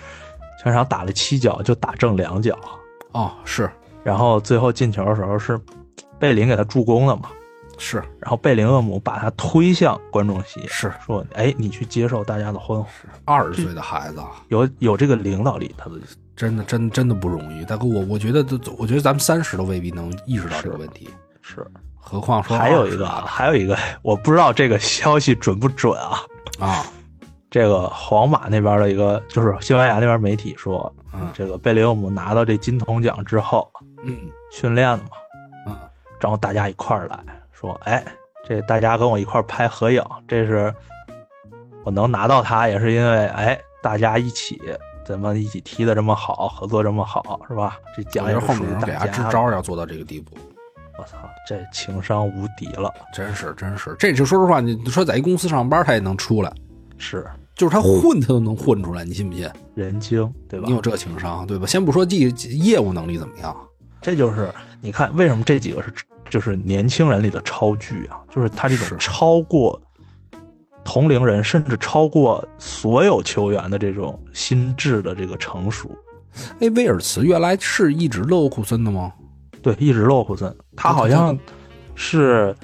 C: 全场打了七脚就打正两脚，
B: 哦，是
C: 然后最后进球的时候是贝林给他助攻了嘛，
B: 是
C: 然后贝林厄姆把他推向观众席，
B: 是
C: 说：“哎，你去接受大家的欢呼，
B: 二十岁的孩子啊，
C: 有有这个领导力，他自己
B: 真的真真的不容易。大哥，我我觉得都，我觉得咱们三十都未必能意识到这个问题，
C: 是。
B: 何况说
C: 还有一
B: 20
C: 个，啊，
B: 啊
C: 还有一个，我不知道这个消息准不准啊。
B: 啊，
C: 这个皇马那边的一个，就是西班牙那边媒体说，
B: 嗯
C: 这个贝林厄姆拿到这金童奖之后，
B: 嗯
C: 训练嘛，
B: 嗯
C: 然后大家一块儿来说，哎，这大家跟我一块儿拍合影，这是我能拿到它，也是因为哎，大家一起咱们一起踢的这么好，合作这么好，是吧？这
B: 我
C: 奖
B: 觉
C: 也
B: 得
C: 是
B: 后
C: 属于
B: 面人
C: 大
B: 给
C: 家
B: 他支
C: 的。
B: 招要做到这个地步，
C: 我操，这情商无敌了，
B: 真是真是，这就说实话，你你说在一公司上班，他也能出来，
C: 是
B: 就是他混，他都能混出来，你信不信？
C: 人精，对吧
B: 你？有这情商，对吧？先不说技业务能力怎么样，
C: 这就是你看为什么这几个是就是年轻人里的超巨啊，就是他这
B: 是
C: 种超过同龄人，甚至超过所有球员的这种心智的这个成熟。
B: 哎，威尔茨原来是一直勒沃库森的吗？
C: 对，一直洛库森，他好像是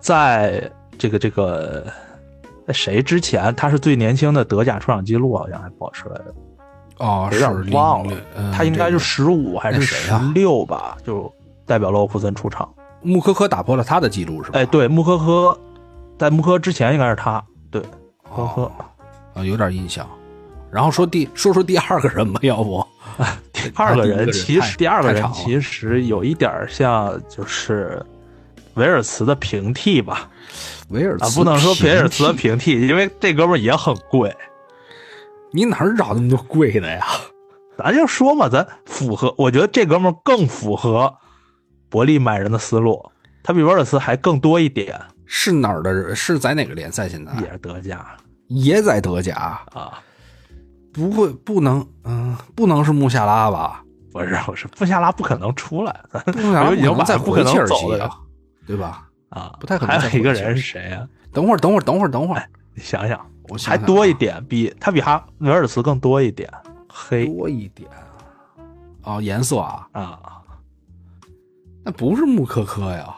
C: 在这个这个在谁之前，他是最年轻的德甲出场记录，好像还保持来着。
B: 哦，是
C: 有点忘了
B: 零，嗯
C: 他应该
B: 这个
C: 是十五还是
B: 那
C: 十
B: 谁啊
C: 六吧，就代表洛库森出场。
B: 穆科科打破了他的记录，是吧？
C: 哎，对，穆科科，在穆科之前应该是他，对，穆科科。
B: 哦啊，有点印象。然后说第说说第二个人吧，要不
C: 第二个人其实第二个人
B: 实
C: 其实有一点儿像就是维尔茨的平替吧，
B: 维尔
C: 啊，
B: 茨
C: 不能说
B: 平
C: 维尔茨的
B: 替，
C: 平替，因为这哥们儿也很贵。
B: 你哪儿找那么多贵的呀？
C: 咱就说嘛，咱符合，我觉得这哥们儿更符合伯利买人的思路，他比维尔茨还更多一点，
B: 是哪儿的人？是在哪个联赛？现在
C: 也是德甲
B: 也在德甲？
C: 啊，
B: 不会，不能，嗯，不能是穆夏拉吧？
C: 不是不是，布夏拉不可能出来，咱
B: 穆夏拉
C: 我觉得已经
B: 能再
C: 晚哎不
B: 回
C: 可能
B: 切尔
C: 走
B: 西
C: 了
B: 啊，对吧？
C: 啊，
B: 不太可能
C: 还有一
B: 再回
C: 个
B: 切
C: 人
B: 尔
C: 是
B: 西
C: 谁呀、
B: 等会儿，等会儿，等会儿，等会儿，
C: 你想想，
B: 我想
C: 还
B: 想啊
C: 多一点，比他比哈维尔茨更多一点，黑
B: 多一点啊，颜色啊，
C: 啊，
B: 那不是穆科科呀。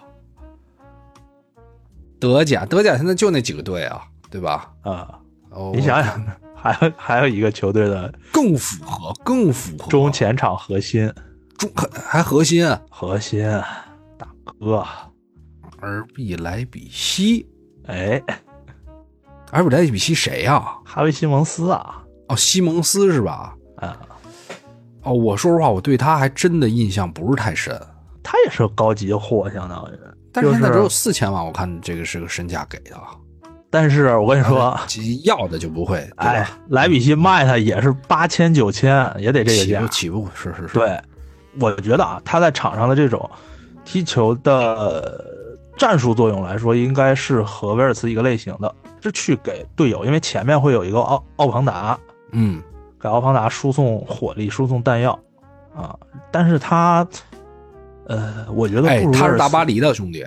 B: 德甲，德甲现在就那几个队啊，对吧？
C: 啊，
B: 哦，
C: 你想想，还有还有一个球队的
B: 更符合，更符合
C: 中前场核心，
B: 中还还啊核心，
C: 核心大哥，
B: 而比莱比锡，
C: 哎，
B: 而比莱比锡谁呀、
C: 哈维西蒙斯啊，
B: 哦，西蒙斯是吧？
C: 啊，
B: 哦，我说实话，我对他还真的印象不是太深，
C: 他也是个高级货，相当于。
B: 但是现在只有
C: 就是
B: 四千万，我看这个是个身价给的啊，哎
C: 但 是我跟你说，
B: 其要的就不会，对啊
C: 哎
B: 吧？，
C: 莱比锡卖他也是八千九千，也得这个
B: 起
C: 价
B: 步。起步是是是，
C: 对，我觉得啊，他在场上的这种踢球的战术作用来说，应该是和威尔茨一个类型的，是去给队友，因为前面会有一个奥奥庞达，
B: 嗯，
C: 给奥庞达输送火力、输送弹药啊。但是他，呃，我觉得
B: 哎
C: 不如，
B: 他
C: 威
B: 是
C: 尔
B: 大
C: 茨
B: 巴黎的兄弟，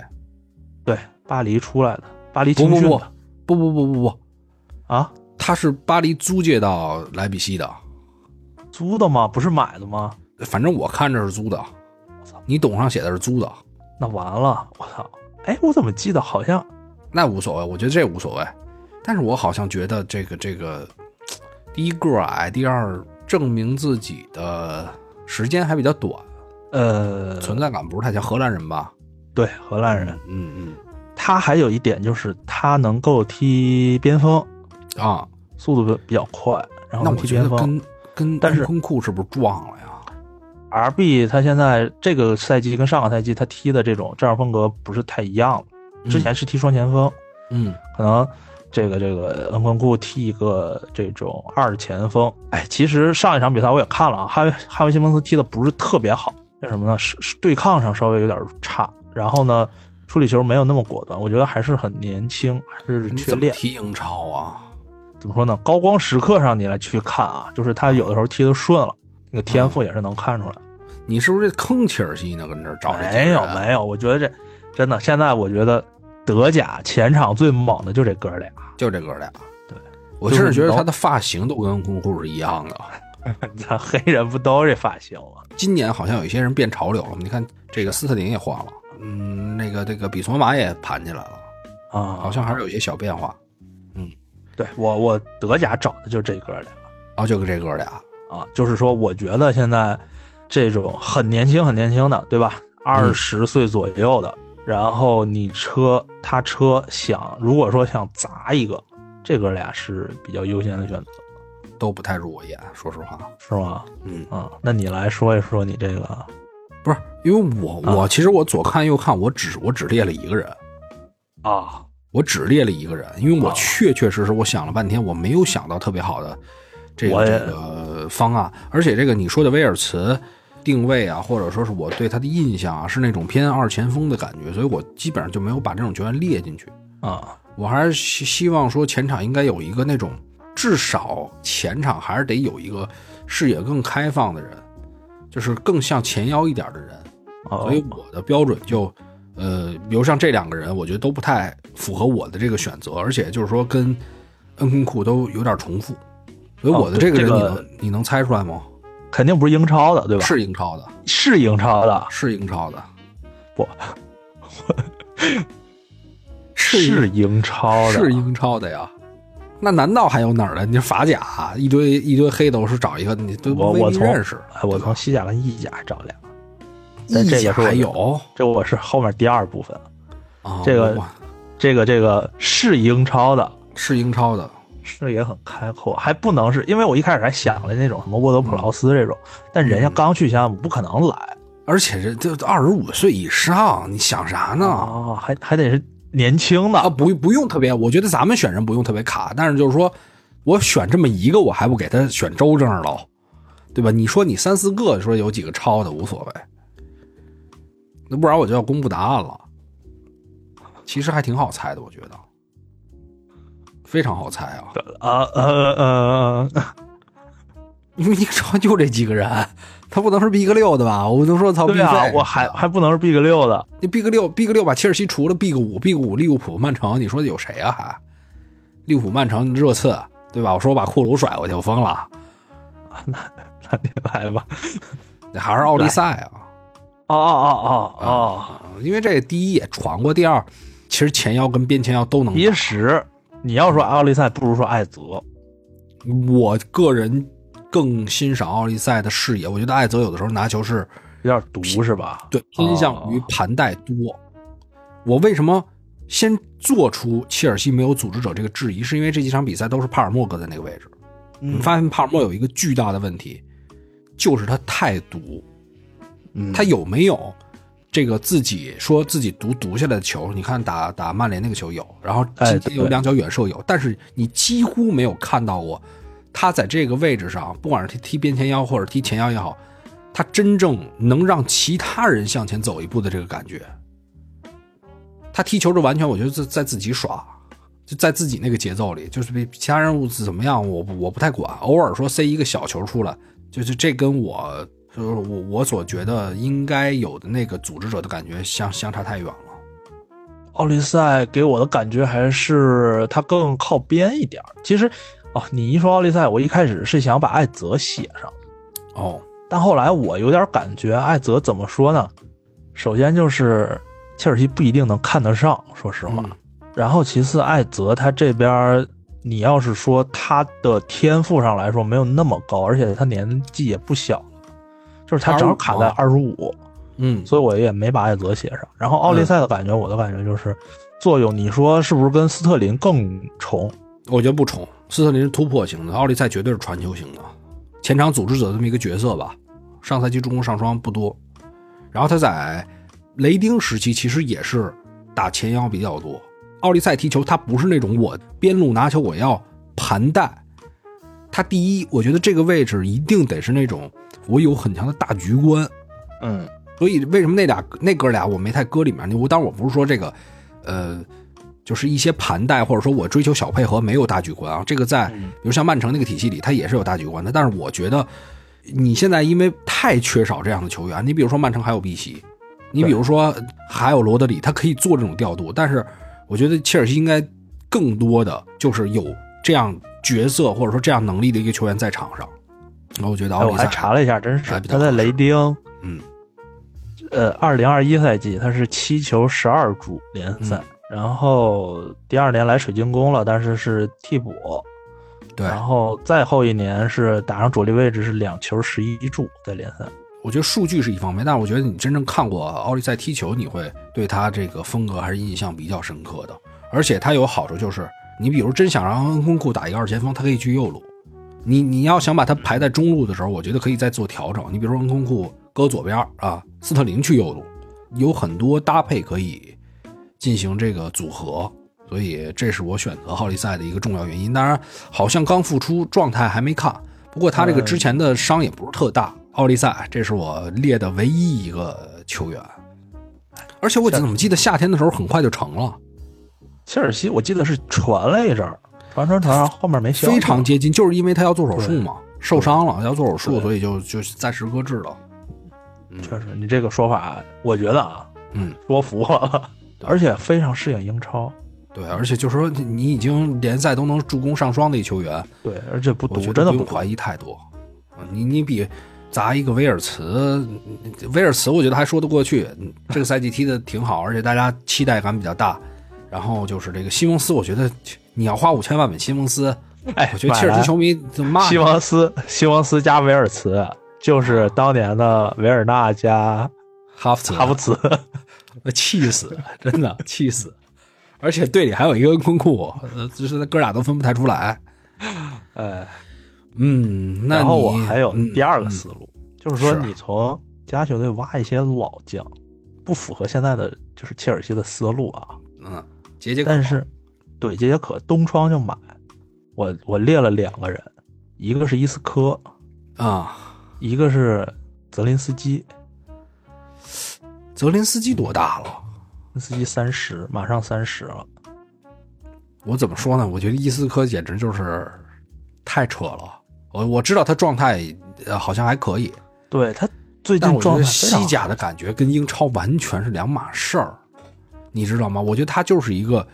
C: 对巴黎出来的，巴黎
B: 不
C: 青
B: 不
C: 训的
B: 不不不不不不，
C: 啊，
B: 他是巴黎租借到莱比锡的，
C: 租的吗？不是买的吗？
B: 反正我看着是租的，你懂上写的是租的，
C: 那完了，我操！哎，我怎么记得好像
B: 那无所谓，我觉得这无所谓。但是我好像觉得这个这个，第一个矮，第二证明自己的时间还比较短，
C: 呃，
B: 存在感不是太强。荷兰人吧？
C: 对荷兰人，
B: 嗯
C: 他还有一点就是他能够踢边锋，
B: 嗯啊，
C: 速度比较快，然后
B: 那
C: 能
B: 我
C: 踢
B: 觉
C: 边
B: 得
C: 锋。
B: 跟跟
C: 但是
B: 昆库是不是撞了呀？
C: R B 他现在这个赛季跟上个赛季他踢的这种战术风格不是太一样了，之前是踢双前锋，
B: 嗯
C: 可能这个这个恩昆库踢一个这种二前锋。哎，其实上一场比赛我也看了啊，哈维哈维西蒙斯踢的不是特别好，为什么呢？是是对抗上稍微有点差，然后呢处理球没有那么果断，我觉得还是很年轻，还是
B: 你
C: 缺
B: 怎么
C: 练。
B: 踢英超啊？
C: 怎么说呢？高光时刻上你来去看啊，就是他有的时候踢的顺了，那个天赋也是能看出来。
B: 你是不是坑切尔西呢？跟这儿嗯找这几个人啊
C: 没有没有，我觉得这真的，现在我觉得德甲前场最猛的就这哥俩，
B: 就这哥俩。
C: 对，
B: 我甚至觉得他的发型都跟公库是一样的。
C: 咱黑人不都这发型吗？
B: 今年好像有一些人变潮流了，你看这个斯特林也换了，嗯，那个这个比索马也盘起来了，
C: 啊，
B: 好像还是有一些小变化。
C: 对我我德甲找的就是这哥俩
B: 然哦后就跟这哥俩，
C: 啊，就是说我觉得现在这种很年轻很年轻的，对吧？
B: 嗯
C: 二十岁左右的，然后你车他车想如果说想砸一个，这哥俩是比较优先的选择，
B: 都不太入我眼，说实话。
C: 是吗？
B: 嗯
C: 啊，那你来说一说你这个
B: 不是，因为我
C: 啊
B: 我其实我左看右看，我只我只列了一个人，
C: 啊，
B: 我只列了一个人，因为我
C: 啊
B: 确确实实我想了半天，我没有想到特别好的这
C: 我
B: 个
C: 也
B: 这个方案，而且这个你说的威尔茨定位啊，或者说是我对他的印象啊，是那种偏二前锋的感觉，所以我基本上就没有把这种球员列进去。
C: 啊
B: 我还是希希望说前场应该有一个那种，至少前场还是得有一个视野更开放的人，就是更向前腰一点的人。
C: 哦
B: 所以我的标准就，呃，比如像这两个人，我觉得都不太符合我的这个选择，而且就是说跟恩昆库都有点重复。所以我的
C: 哦对
B: 这个人，
C: 这
B: 你
C: 个
B: 能、你能猜出来吗？
C: 肯定不是英超的，对吧？
B: 是英超的，
C: 是英超的，
B: 是英超的，
C: 不，
B: 是英
C: 英超的，
B: 是英超的呀。那难道还有哪儿的？你这法甲啊一堆一堆黑都是找一个，你都
C: 我
B: 未
C: 我
B: 必
C: 从
B: 认识。
C: 哎，我从西甲跟意甲找俩，但
B: 意
C: 这
B: 甲
C: 个是我
B: 还有
C: 这我是后面第二部分，
B: 啊，
C: 这个
B: 我
C: 这个这个是英超的，
B: 是英超的，
C: 视野很开阔，还不能是因为我一开始还想了那种什么沃德普劳斯这种，但人家刚去项目不可能来
B: 而且这这二十五岁以上，你想啥呢？
C: 啊，还还得是年轻
B: 嗯啊，
C: 的，
B: 不不用特别，我觉得咱们选人不用特别卡，但是就是说我选这么一个，我还不给他选周正了，对吧？你说你三四个，说有几个抄的无所谓，那不然我就要公布答案了。其实还挺好猜的，我觉得非常好猜啊，
C: 啊呃呃呃，
B: 因为你说就这几个人，他不能是 B 个六的吧？我不能说操 B
C: 对啊，
B: 费，
C: 我还还不能是 B 个六的，
B: 你 B 个六 B 个六把切尔西除了 B 个五 B 个五利物浦曼城，你说有谁啊还？利物浦曼城热刺对吧？我说我把库鲁甩过去，我疯了，
C: 那你来吧，
B: 那还是奥利赛啊，
C: 哦哦哦哦
B: 因为这第一也传过，第二其实前腰跟边前腰都
C: 哦，
B: 能
C: 其实你要说奥利赛，不如说艾泽，
B: 打。我个人更欣赏奥利赛的视野，我觉得艾泽有的时候拿球是
C: 有点毒是吧？
B: 对偏向于盘带多。我为什么先做出切尔西没有组织者这个质疑，是因为这几场比赛都是帕尔默搁在那个位置。你
C: 嗯
B: 发现帕尔默有一个巨大的问题，就是他太毒。
C: 嗯
B: 他有没有这个自己说自己独独下来的球？你看打打曼联那个球有，然后
C: 哎
B: 今天有
C: 对
B: 两脚远射有，但是你几乎没有看到过他在这个位置上，不管是踢踢边前腰或者踢前腰也好，他真正能让其他人向前走一步的这个感觉。他踢球就完全，我觉得在在自己耍，就在自己那个节奏里，就是比其他人物怎么样，我不我不太管。偶尔说塞一个小球出来，就是这跟我就是我我所觉得应该有的那个组织者的感觉相相差太远了。
C: 奥利赛给我的感觉还是他更靠边一点儿。其实，哦，你一说奥利赛，我一开始是想把艾泽写上，
B: 哦，
C: 但后来我有点感觉艾泽怎么说呢？首先就是切尔西不一定能看得上，说实话。
B: 嗯
C: 然后其次，艾泽他这边儿，你要是说他的天赋上来说没有那么高，而且他年纪也不小了，就是他正好卡在二十五。
B: 嗯，
C: 所以我也没把艾泽写上。然后奥利赛的感觉，我的感觉就是作用，你说是不是跟斯特林更重？
B: 我觉得不冲，斯特林是突破型的，奥利赛绝对是传球型的，前场组织者这么一个角色吧。上赛季助攻上双不多，然后他在雷丁时期其实也是打前腰比较多。奥利赛踢球，他不是那种我边路拿球我要盘带，他第一，我觉得这个位置一定得是那种我有很强的大局观，
C: 嗯，
B: 所以为什么那俩那哥俩我没太搁里面？我当然我不是说这个，呃，就是一些盘带或者说我追求小配合没有大局观啊。这个在比如像曼城那个体系里，他也是有大局观的。但是我觉得你现在因为太缺少这样的球员，你比如说曼城还有碧玺，你比如说还有罗德里，他可以做这种调度，但是我觉得切尔西应该更多的就是有这样角色或者说这样能力的一个球员在场上。然后我觉得
C: 哎
B: 奥
C: 我
B: 比
C: 还
B: 赛
C: 查了一下，真
B: 还
C: 是
B: 比较
C: 他
B: 合
C: 在
B: 适
C: 雷丁，
B: 嗯，
C: 呃，二零二一赛季他是七球十二助联赛，
B: 嗯
C: 然后第二年来水晶宫了，但是是替补，
B: 对，
C: 然后再后一年是打上主力位置是两球十一助在联赛，
B: 我觉得数据是一方面，但是我觉得你真正看过奥利赛踢球，你会对他这个风格还是印象比较深刻的。而且他有好处就是，你比如真想让恩昆库打一个二前锋，他可以去右路。你你要想把他排在中路的时候，我觉得可以再做调整。你比如说恩昆库搁左边啊，斯特林去右路，有很多搭配可以进行这个组合。所以这是我选择奥利赛的一个重要原因。当然，好像刚复出，状态还没看。不过他这个之前的伤也不是特大。奥利赛，这是我列的唯一一个球员。而且我怎么记得夏天的时候很快就成了，
C: 切尔西我记得是传了一阵儿，传传传，后面没消息
B: 非常接近，就是因为他要做手术嘛，受伤了要做手术，
C: 对
B: 所以就就暂时搁置了。
C: 确实，你这个说法我觉得啊，
B: 嗯，
C: 说服我了，
B: 对
C: 而且非常适应英超，
B: 对，而且就是说你你已经联赛都能助攻上双的一球员，
C: 对，而且不
B: 我觉得
C: 毒，真的
B: 不
C: 不
B: 用
C: 毒
B: 怀，疑太多。啊你你比砸一个威尔茨，威尔茨我觉得还说得过去，嗯这个赛季踢得挺好，而且大家期待感比较大。然后就是这个西蒙斯，我觉得你要花五千万买西蒙斯，
C: 哎，
B: 我觉得
C: 买
B: 切尔西啊
C: 来
B: 球迷就骂你
C: 西蒙斯，西蒙斯加维尔茨，就是当年的维尔纳加
B: 哈 弗茨，
C: 哈弗 茨。
B: 气死，真的气死。而且队里还有一个恩昆库，呃，就是哥俩都分不太出来。
C: 哎，
B: 嗯，那
C: 然后
B: 你
C: 我还有
B: 嗯
C: 第二个思路，就是说
B: 是
C: 你从其他球队挖一些老将，不符合现在的就是切尔西的思路啊。
B: 嗯，杰杰克，
C: 但是，对杰杰可东窗就买，我我列了两个人，一个是伊斯科，
B: 啊，
C: 一个是泽林斯基。
B: 泽林斯基多大了？
C: 泽林斯基三十，马上三十了。
B: 我怎么说呢？我觉得伊斯科简直就是太扯了。我我知道他状态呃好像还可以，
C: 对他最
B: 但
C: 近
B: 我觉
C: 状态
B: 得
C: 非常
B: 西
C: 好
B: 甲的感觉跟英超完全是两码事儿，你知道吗？我觉得他就是一个，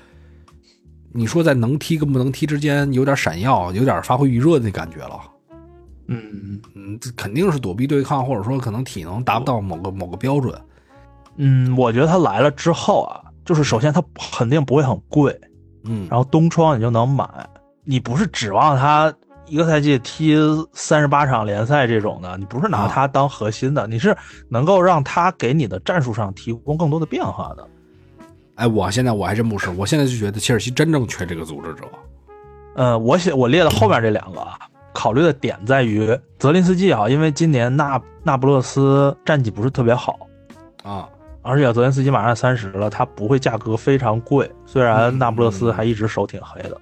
B: 你说在能踢跟不能踢之间有点闪耀，有点发挥余热的那感觉了。
C: 嗯
B: 嗯，这肯定是躲避对抗，或者说可能体能达不到某个某个标准。
C: 嗯，我觉得他来了之后啊，就是首先他肯定不会很贵，
B: 嗯，
C: 然后东窗你就能买，你不是指望他一个赛季踢三十八场联赛这种的，你不是拿他当核心的，你是能够让他给你的战术上提供更多的变化的。
B: 哎，我现在我还真不是，我现在就觉得切尔西真正缺这个组织者。
C: 呃，我写我列的后面这两个啊，考虑的点在于泽林斯基啊，因为今年那那不勒斯战绩不是特别好，
B: 啊，
C: 而且泽连斯基马上三十了，他不会价格非常贵。虽然
B: 嗯
C: 那不勒斯还一直手挺黑的、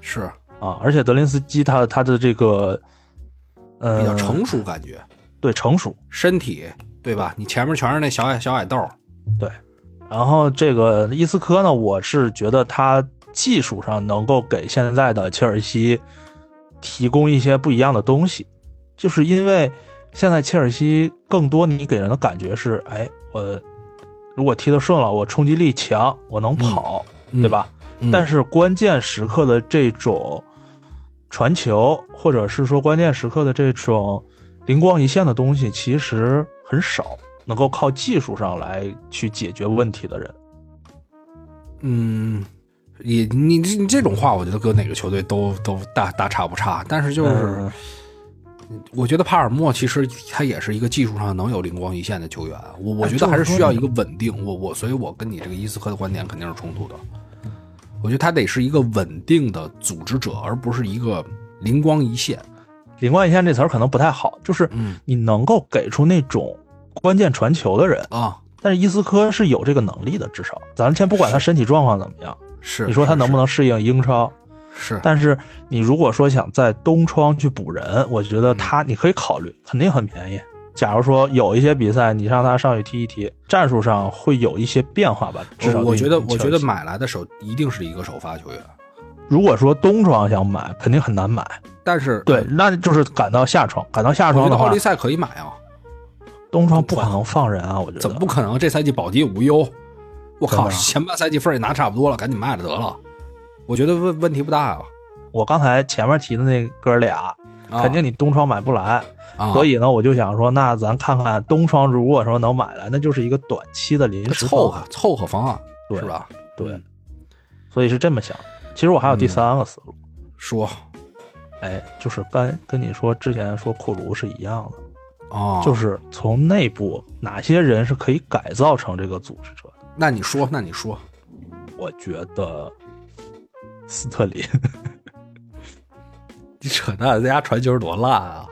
B: 是
C: 啊，而且德林斯基他的他的这个呃
B: 比较成熟感觉，
C: 对成熟，
B: 身体对吧？你前面全是那小矮小矮豆儿，
C: 然后这个伊斯科呢，我是觉得他技术上能够给现在的切尔西提供一些不一样的东西，就是因为现在切尔西更多你给人的感觉是，哎，我如果踢得顺了，我冲击力强，我能跑，对吧？
B: 嗯？
C: 但
B: 是
C: 是关键时刻的这种传球，或者是说关键时刻的这种灵光一现的东西，其实很少能够靠技术上来去解决问题的人。
B: 嗯，也你这你这种话，我觉得搁哪个球队都都大大差不差。但是就是，
C: 嗯
B: 我觉得帕尔默其实他也是一个技术上能有灵光一现的球员。我我
C: 哎
B: 觉
C: 这
B: 得
C: 么
B: 还是
C: 说
B: 需要
C: 你
B: 一个稳定。我我所以，我跟你这个伊斯科的观点肯定是冲突的。我觉得他得是一个稳定的组织者，而不是一个灵光一现。
C: 灵光一现这词儿可能不太好，就是
B: 嗯
C: 你能够给出那种关键传球的人，
B: 啊，
C: 但是伊斯科是有这个能力的，至少咱们先不管他身体状况怎么样，
B: 是
C: 你说他能不
B: 能
C: 能适应英超？
B: 是？
C: 但是你如果说想在东窗去补人，我觉得
B: 嗯
C: 他你可以考虑，肯定很便宜。假如说有一些比赛，你让他上去踢一踢，战术上会有一些变化吧。至少
B: 我我
C: 对
B: 觉得
C: 你
B: 我
C: 切
B: 觉
C: 尔
B: 得
C: 西，
B: 买来的首一定是一个首发球员。
C: 如果说东窗想买，肯定很难买，
B: 但是
C: 对，那就是赶到夏窗，赶到夏
B: 我觉得
C: 窗的
B: 奥
C: 话
B: 利，赛可以买啊，
C: 东窗不可能放人啊，我觉得
B: 怎么不可能？这赛季保级无忧，我靠，
C: 真的啊吗
B: 前半赛季分儿也拿差不多了，赶紧卖了得了。我觉得问问题不大啊，
C: 我刚才前面提的那哥俩，
B: 啊
C: 肯定你东窗买不来，
B: 啊，
C: 所以呢，我就想说，那咱看看东窗如果说能买来，那就是一个短期的临时
B: 凑
C: 方案
B: 合凑合方案
C: 对
B: 是吧？
C: 对
B: 嗯，
C: 所以是这么想。其实我还有第三个思路，
B: 说
C: 哎，就是跟跟你说之前说库卢是一样的，
B: 哦，
C: 就是从内部哪些人是可以改造成这个组织者的。
B: 那你说，那你说，
C: 我觉得斯 特林，
B: 你扯淡，这家传球多烂啊！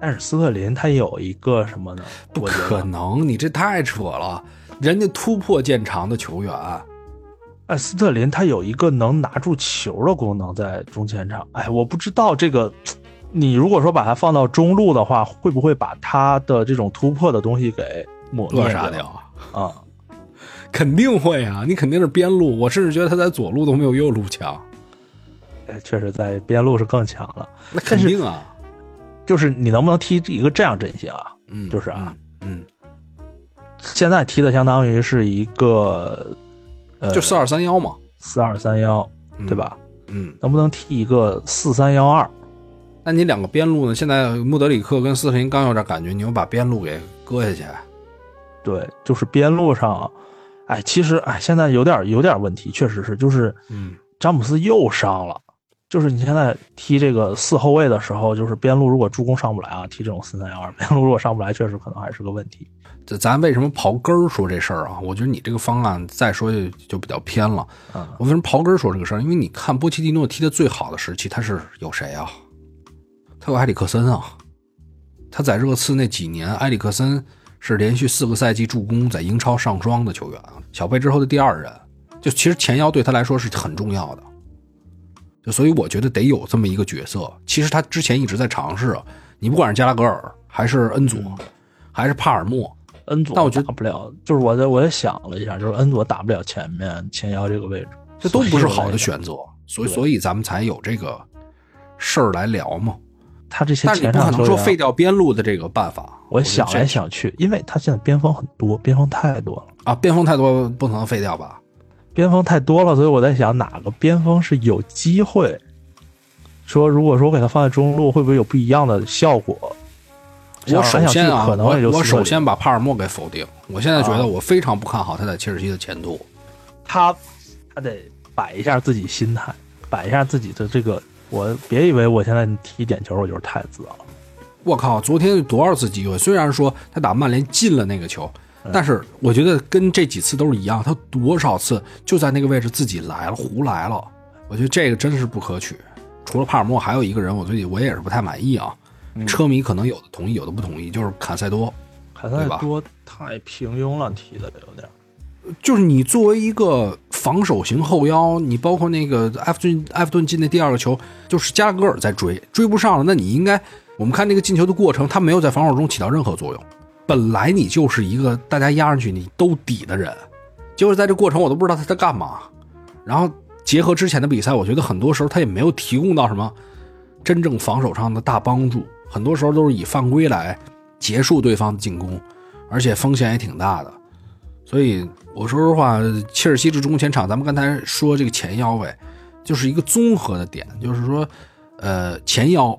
C: 但是斯特林他有一个什么呢？
B: 不
C: 我觉
B: 可
C: 得，
B: 能，你这太扯了，人家突破见长的球员，
C: 哎，斯特林他有一个能拿住球的功能在中前场。哎，我不知道这个。你如果说把它放到中路的话，会不会把他的这种突破的东西给抹
B: 扼
C: 灭
B: 杀
C: 掉
B: 掉。
C: 啊？
B: 肯定会啊！你肯定是边路，我甚至觉得他在左路都没有右路强，
C: 哎，确实在边路是更强了。
B: 那肯定啊。
C: 就是你能不能踢一个这样阵型啊？
B: 嗯，
C: 就是啊，
B: 嗯，
C: 现在踢的相当于是一个，呃，
B: 嗯就四二三幺嘛，
C: 四二三幺，
B: 嗯
C: 对？吧？
B: 嗯，
C: 能不能踢一个四三幺二？
B: 那你两个边路呢？现在穆德里克跟斯特林刚有点感觉，你又把边路给割下去，
C: 对，就是边路上，哎，其实哎，现在有点有点问题，确实是，就是
B: 嗯，
C: 詹姆斯又伤了。就是你现在踢这个四后卫的时候，就是边路如果助攻上不来啊，踢这种四三幺二，边路如果上不来，确实可能还是个问题。
B: 这咱为什么刨根儿说这事儿啊？我觉得你这个方案再说就就比较偏了。
C: 嗯
B: 我为什么刨根儿说这个事儿？因为你看波切蒂诺踢的最好的时期，他是有谁啊？他有埃里克森啊。他在热刺那几年，埃里克森是连续四个赛季助攻在英超上双的球员啊，小贝之后的第二人。就其实前腰对他来说是很重要的，就所以我觉得得有这么一个角色。其实他之前一直在尝试，啊你不管是加拉格尔还是恩佐，还是帕尔默，
C: 恩佐
B: 但我觉得
C: 打不了，就是我在我也想了一下，就是恩佐打不了前面前腰这个位置，
B: 这都不是好的
C: 所以我在
B: 选择，所以
C: 对
B: 所以咱们才有这个事儿来聊嘛。
C: 想。他这些
B: 但是你
C: 前
B: 不可
C: 场
B: 能
C: 球
B: 说废
C: 员，
B: 掉边路的这个办法。
C: 我
B: 觉得
C: 想
B: 这
C: 来想去，因为他现在边锋很多，边锋太多了，
B: 啊，边锋太多不可能废掉吧？
C: 边锋太多了，所以我在想哪个边锋是有机会。说如果说我给他放在中路，会不会有不一样的效果？
B: 我
C: 想来
B: 首
C: 想去
B: 先啊，
C: 可能也就
B: 我我
C: 斯特
B: 首
C: 林
B: 先把帕尔默给否定。我现在觉得
C: 啊
B: 我非常不看好他在切尔西的前途。
C: 他他得摆一下自己心态，摆一下自己的这个。我别以为我现在踢点球我就是太自傲了，
B: 我靠，昨天有多少次机会？虽然说他打曼联进了那个球，但是我觉得跟这几次都是一样，他多少次就在那个位置自己来了，胡来了。我觉得这个真是不可取。除了帕尔默，还有一个人，我最近我也是不太满意啊。车迷可能有的同意，有的不同意，就是坎塞多。
C: 凯
B: 对
C: 塞
B: 吧
C: 多太平庸了，踢的有点。
B: 就是你作为一个防守型后腰，你包括那个埃弗顿埃弗顿进那第二个球，就是加拉格尔在追，追不上了，那你应该，我们看那个进球的过程，他没有在防守中起到任何作用。本来你就是一个大家压上去你兜底的人，结果在这过程我都不知道他在干嘛。然后结合之前的比赛，我觉得很多时候他也没有提供到什么真正防守上的大帮助，很多时候都是以犯规来结束对方的进攻，而且风险也挺大的。所以我说实话，切尔西这中前场，咱们刚才说这个前腰位，就是一个综合的点，就是说，呃，前腰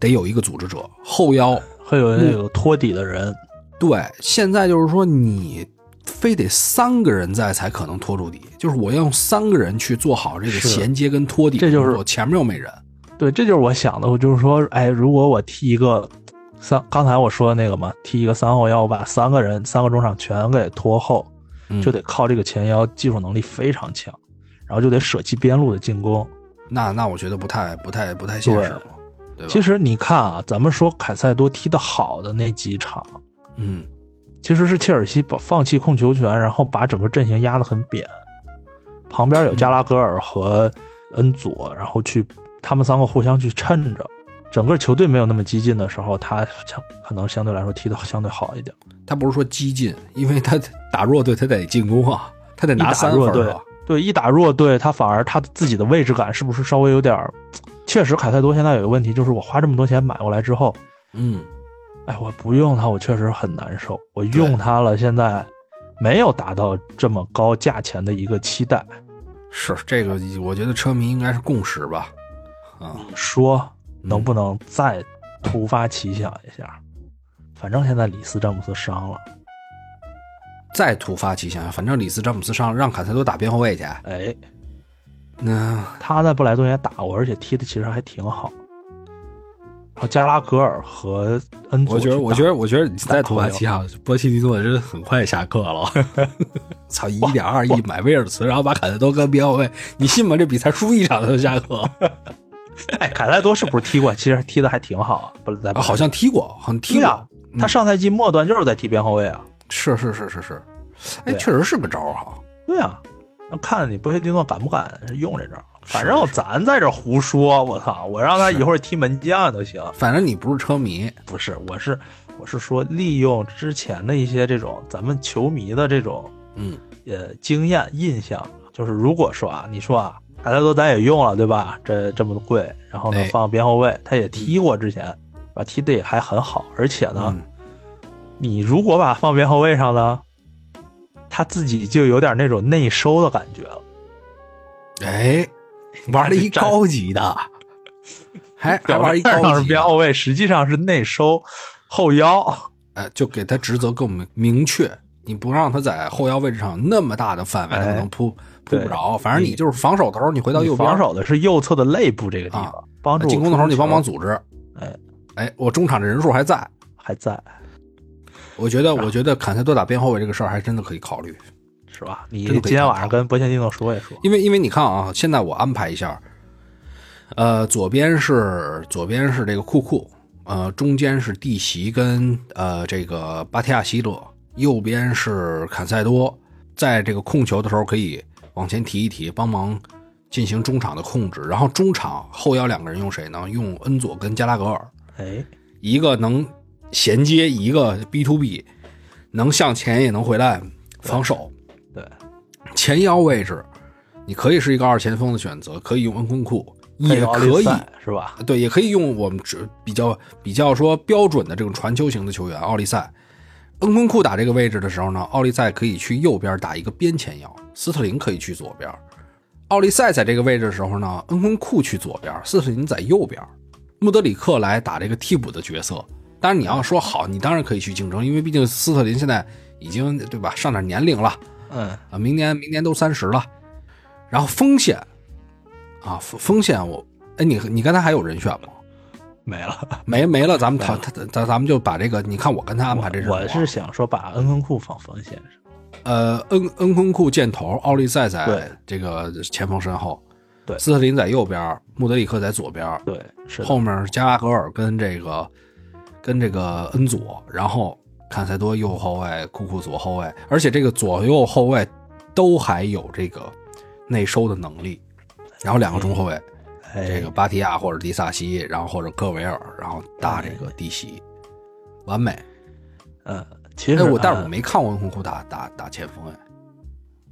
B: 得有一个组织者，后腰
C: 会有那个托底的人，
B: 对，现在就是说你非得三个人在才可能拖住底，就是我要用三个人去做好这个
C: 是
B: 衔接跟托底工
C: 这
B: 作，
C: 就是
B: 我前面又没人，
C: 对，这就是我想的，我就是说，哎，如果我踢一个三，刚才我说的那个嘛，踢一个三后腰，我把三个人、三个中场全给拖后，
B: 嗯
C: 就得靠这个前腰技术能力非常强，然后就得舍弃边路的进攻。
B: 那那我觉得不太不太不太现实了，对吧？
C: 其实你看啊，咱们说凯塞多踢得好的那几场，
B: 嗯，
C: 其实是切尔西把放弃控球权，然后把整个阵型压得很扁，旁边有加拉格尔和恩佐，然后去他们三个互相去衬着，整个球队没有那么激进的时候，他相可能相对来说踢得相对好一点。
B: 他不是说激进，因为他打弱队他得进攻啊，他得拿
C: 一打
B: 三
C: 弱
B: 分
C: 队
B: 啊，
C: 对，一打弱队，他反而他自己的位置感是不是稍微有点儿确实凯塞多现在有一个问题，就是我花这么多钱买过来之后，
B: 嗯，
C: 哎，我不用它，我确实很难受。我
B: 对
C: 用它了，现在没有达到这么高价钱的一个期待。
B: 是这个，我觉得车迷应该是共识吧。啊，
C: 说能
B: 嗯
C: 不能再突发奇想一下？反正现在里斯詹姆斯伤了，
B: 再突发奇想，反正里斯詹姆斯上让凯塞多打边后卫去，
C: 哎，
B: 那
C: 他在布莱顿也打过，而且踢的其实还挺好。然后加拉格尔和恩佐
B: 我
C: 去
B: 觉
C: 打，
B: 得，我觉得，我觉得你再突发
C: 打
B: 奇想，波切蒂诺真的很快下课了。 操，一点二亿买威尔茨，然后把凯塞多跟边后卫，你信吗？这比赛输一场他就下 课，
C: 哎，凯莱多是不是踢过？其实踢的还挺好啊，不是在
B: 啊好像踢过，好像踢
C: 踢啊
B: 过。，嗯
C: 他上赛季末端就是在踢边后卫啊。
B: 是是是是是，哎，
C: 对啊
B: 确实是个招儿哈。
C: 对啊，那看你波切蒂诺敢不敢用这招。反正咱在这胡说，我操！我让他一会儿踢门将都行。
B: 反正你不是车迷，
C: 不是，我是我是说利用之前的一些这种咱们球迷的这种
B: 嗯
C: 呃经验印象，就是如果说啊，你说啊，凯莱多咱也用了对吧？这这么贵，然后呢
B: 哎
C: 放边后卫，他也踢过之前，啊踢的也还很好，而且呢，
B: 嗯，
C: 你如果把他放边后卫上呢，他自己就有点那种内收的感觉了。
B: 哎，玩了一
C: 站
B: 高级 的，还还
C: 表
B: 玩一
C: 面上
B: 高
C: 是
B: 级
C: 边
B: 的，
C: 后卫，实际上是内收后腰。
B: 哎，就给他职责更明明确。你不让他在后腰位置上那么大的范围，他可能
C: 哎
B: 扑扑不
C: 对
B: 着。反正
C: 你
B: 你就是防守的时候，你回到
C: 你
B: 右边
C: 防守的是右侧的肋部这个地方，
B: 啊
C: 帮助
B: 进攻的时候你帮忙
C: 组
B: 组织。
C: 哎
B: 哎，我中场的人数还在，
C: 还在
B: 我觉得我觉得坎塞多打边后卫这个事儿还真的可以考虑，
C: 是吧？你
B: 真的
C: 今
B: 可以
C: 天晚上跟波切蒂诺说一说，
B: 因为因为你看啊，现在我安排一下，呃，左边是左边是这个库库，呃，中间是蒂席跟呃这个巴提亚希勒，右边是坎塞多，在这个控球的时候可以往前提一提，帮忙进行中场的控制，然后中场后腰两个人用谁呢？用恩佐跟加拉格尔。
C: 哎，
B: 一个能衔接，一个 B to B，能向前也能回来防守。
C: 对对，
B: 前腰位置你可以是一个二前锋的选择，可以用恩昆库，
C: 配
B: 也
C: 合奥
B: 可
C: 利
B: 以
C: 赛是吧？
B: 对，也可以用我们只比较比较说标准的这种传球型的球员奥利赛。恩昆库打这个位置的时候呢，奥利赛可以去右边打一个边前腰，斯特林可以去左边。奥利赛在这个位置的时候呢，恩昆库去左边，斯特林在右边，穆德里克来打这个替补的角色。当然你要说好，你当然可以去竞争，因为毕竟斯特林现在已经对吧上点年龄了，
C: 嗯，
B: 啊，明年明年都三十了。然后锋线啊，锋锋线我，哎，你你刚才还有人选吗？
C: 没了。
B: 没没了，咱们谈他咱咱们就把这个，你看我跟他安排这事儿啊，
C: 我是想说把恩昆库放锋线上，
B: 呃恩恩昆库箭头，奥利赛在
C: 对
B: 这个前锋身后，
C: 对
B: 斯特林在右边，穆德里克在左边，
C: 对，是的
B: 后面是加拉格尔跟这个跟这个恩佐，然后坎塞多右后卫，库库左后卫，而且这个左右后卫都还有这个内收的能力，然后两个中后卫，
C: 哎，
B: 这个巴提亚或者迪萨西，然后或者戈维尔，然后搭这
C: 哎
B: 个迪西，完美。
C: 嗯，其
B: 哎，
C: 实
B: 我但是我
C: 嗯
B: 没看过温洪库打打打前锋哎，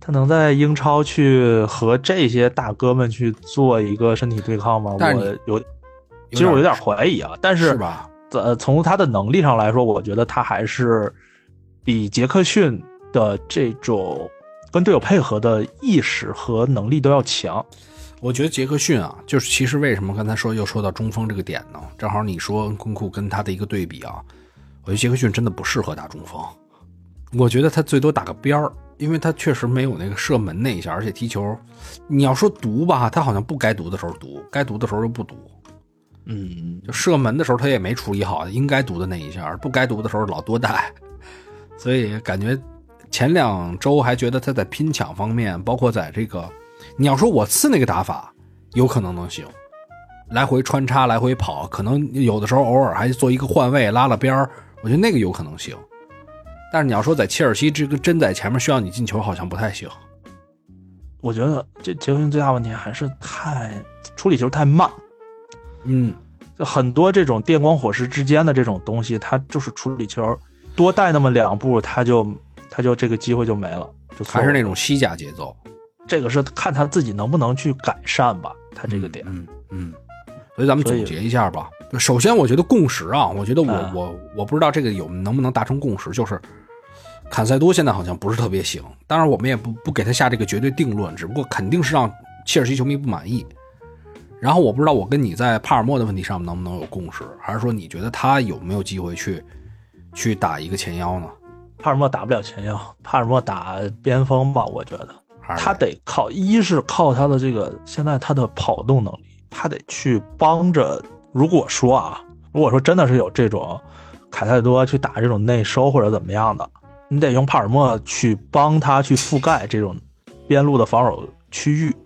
C: 他能在英超去和这些大哥们去做一个身体对抗吗？
B: 但是
C: 我有，其实我有点怀疑啊。但
B: 是
C: 是
B: 吧？
C: 呃，从他的能力上来说，我觉得他还是比杰克逊的这种跟队友配合的意识和能力都要强。
B: 我觉得杰克逊啊，就是其实为什么刚才说又说到中锋这个点呢？正好你说恩昆库跟他的一个对比啊，我觉得杰克逊真的不适合打中锋，我觉得他最多打个边儿，因为他确实没有那个射门那一下，而且踢球，你要说毒吧，他好像不该毒的时候毒，该毒的时候又不毒，
C: 嗯，
B: 就射门的时候他也没处理好应该读的那一下，不该读的时候老多带，所以感觉前两周还觉得他在拼抢方面，包括在这个，你要说我刺那个打法，有可能能行，来回穿插，来回跑，可能有的时候偶尔还做一个换位拉拉边儿，我觉得那个有可能行。但是你要说在切尔西这个真在前面需要你进球，好像不太行。
C: 我觉得这杰克逊最大问题还是太处理球太慢，
B: 嗯，
C: 就很多这种电光火石之间的这种东西，他就是处理球多带那么两步，他就他就这个机会就没了，就错
B: 还是
C: 过
B: 那种西甲节奏，
C: 这个是看他自己能不能去改善吧，他这个点。
B: 嗯嗯嗯，所以咱们
C: 所以
B: 总结一下吧。首先，我觉得共识啊，我觉得我、
C: 啊
B: 我我不知道这个有能不能达成共识，就是坎塞多现在好像不是特别行。当然，我们也不不给他下这个绝对定论，只不过肯定是让切尔西球迷不满意。然后我不知道我跟你在帕尔默的问题上能不能有共识，还是说你觉得他有没有机会去去打一个前腰呢？
C: 帕尔默打不了前腰，帕尔默打边锋吧，我觉得
B: 还是
C: 他得靠，一是靠他的这个现在他的跑动能力，他得去帮着。如果说啊，如果说真的是有这种凯塞多去打这种内收或者怎么样的，你得用帕尔默去帮他去覆盖这种边路的防守区域。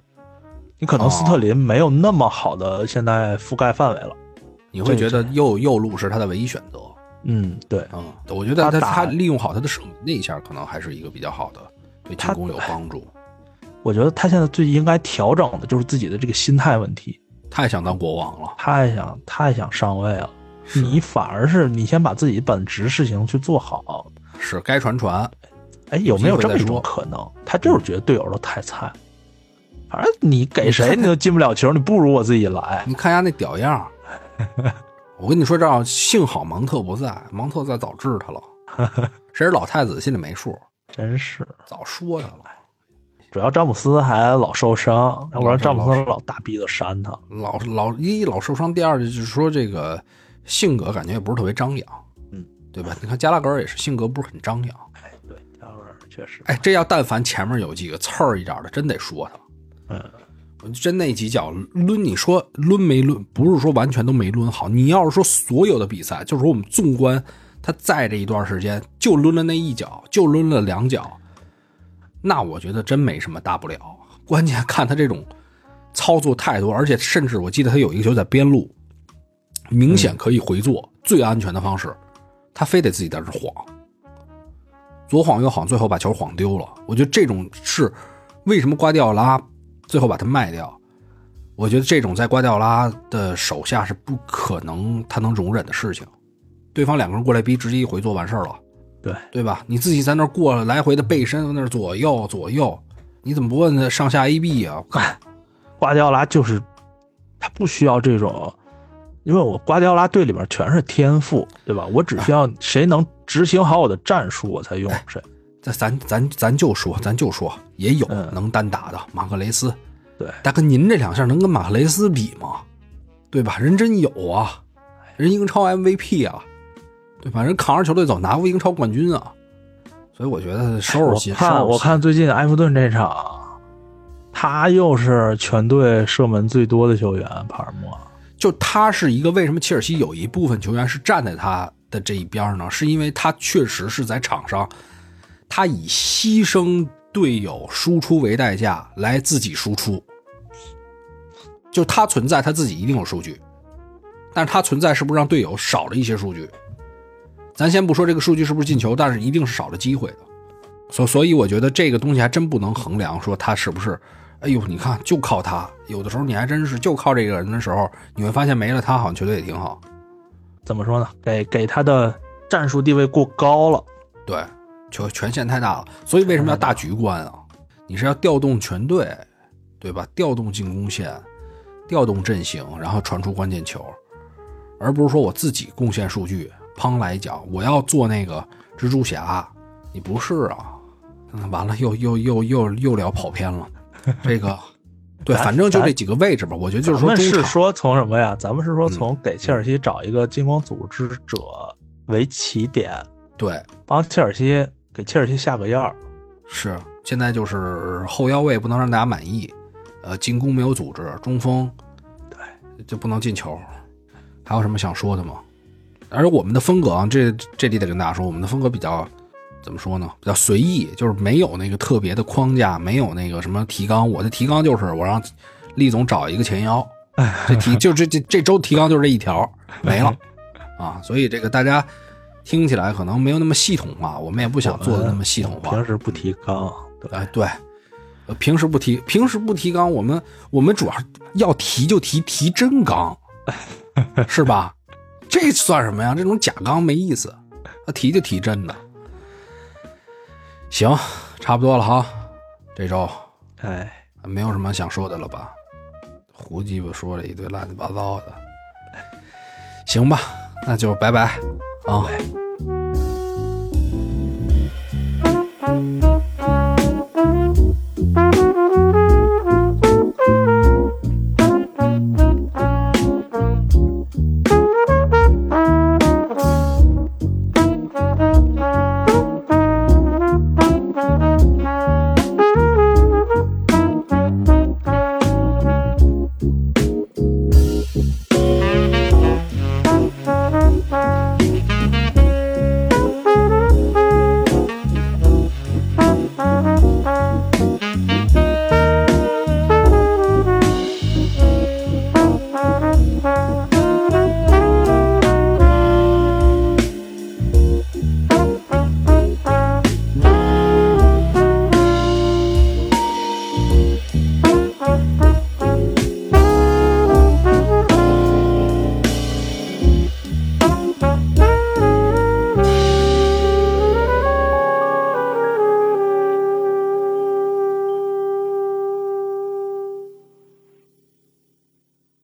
C: 你可能斯特林没有那么好的现在覆盖范围了。
B: 你会觉得右右路是他的唯一选择
C: 嗯，对，
B: 啊、嗯我觉得他
C: 他打
B: 他利用好他的手那一下，可能还是一个比较好的对进
C: 他
B: 攻有帮助。
C: 我觉得他现在最应该调整的就是自己的这个心态问题。
B: 太想当国王了，
C: 太想太想上位了，你反而是你先把自己本职事情去做好。
B: 是该传传，
C: 哎，有没有这
B: 有机会再
C: 么一
B: 说
C: 种可能？他就是觉得队友都太菜，反正你给谁你都进不了球，你不如我自己来。
B: 你看一下那屌样儿。 我跟你说，这样幸好芒特不在，芒特在早治他了。 谁是老太子心里没数，
C: 真是，
B: 早说他了。
C: 主要詹姆斯还老受伤，要不然詹姆斯老大逼的扇他。
B: 老老一老受伤，第二就是说这个性格感觉也不是特别张扬，
C: 嗯，
B: 对吧？你看加拉格尔也是性格不是很张扬。
C: 哎，对，加尔确实，
B: 哎，这要但凡前面有几个刺儿一点的，真得说他。
C: 嗯，
B: 我真那几脚抡，你说抡没抡？不是说完全都没抡好。你要是说所有的比赛，就是说我们纵观他在这一段时间，就抡了那一脚，就抡了两脚，那我觉得真没什么大不了。关键看他这种操作态度，而且甚至我记得他有一个球在边路，明显可以回做、最安全的方式，他非得自己在这儿晃，左晃右晃，最后把球晃丢了。我觉得这种是为什么瓜迪奥拉最后把他卖掉。我觉得这种在瓜迪奥拉的手下是不可能他能容忍的事情。对方两个人过来逼，直接一回做完事儿了，
C: 对，
B: 对吧？你自己在那儿过来回的背身，在那儿左右左右，你怎么不问他上下 A B 啊？
C: 瓜迪奥拉就是他不需要这种，因为我瓜迪奥拉队里边全是天赋，对吧？我只需要谁能执行好我的战术，我才用谁。
B: 这咱咱咱就说，咱就说，也有
C: 嗯
B: 能单打的马克雷斯，
C: 对，
B: 大哥，您这两下能跟马克雷斯比吗？对吧？人真有啊，人英超 MVP 啊，对吧？人扛着球队走，拿过英超冠军啊，所以我觉得收
C: 哎我
B: 拾心，收拾
C: 看
B: 心
C: 我看最近埃弗顿这场，他又是全队射门最多的球员，帕尔默。
B: 就他是一个为什么切尔西有一部分球员是站在他的这一边呢？是因为他确实是在场上，他以牺牲队友输出为代价来自己输出。就他存在，他自己一定有数据，但是他存在是不是让队友少了一些数据？咱先不说这个数据是不是进球，但是一定是少了机会的。所所以我觉得这个东西还真不能衡量说他是不是，哎呦，你看就靠他，有的时候你还真是就靠这个人的时候，你会发现没了他好像球队也挺好。
C: 怎么说呢？给给他的战术地位过高了。
B: 对，球权限太大了，所以为什么要大局观啊？你是要调动全队，对吧？调动进攻线，调动阵型，然后传出关键球，而不是说我自己贡献数据，砰来一脚，我要做那个蜘蛛侠，你不是啊？嗯完了，又又又又又聊跑偏了，这个。对，
C: 咱
B: 反正就这几个位置吧，我觉得就是
C: 咱
B: 说
C: 们
B: 中
C: 是
B: 场嗯
C: 说从什么呀？咱们是说从给切尔西找一个进攻组织者为起点，
B: 对
C: 帮切尔西给切尔西下个药儿。
B: 是，现在就是后腰位不能让大家满意，呃，进攻没有组织，中锋对就不能进球。还有什么想说的吗？而我们的风格啊，这这里得跟大家说，我们的风格比较怎么说呢？比较随意，就是没有那个特别的框架，没有那个什么提纲。我的提纲就是我让厉总找一个前腰，这提就这这这周提纲就是这一条没 了啊，所以这个大家听起来可能没有那么系统化，我们也不想做的那么系统化。
C: 平时不提纲，对，
B: 哎，对，呃平时不提，平时不提纲，我们我们主要要提就提提真纲，是吧？这算什么呀？这种假纲没意思，啊，提就提真的。行，差不多了哈，这周
C: 哎，
B: 没有什么想说的了吧？胡鸡巴说了一堆乱七八糟的。行吧，那就拜拜啊。
C: 拜拜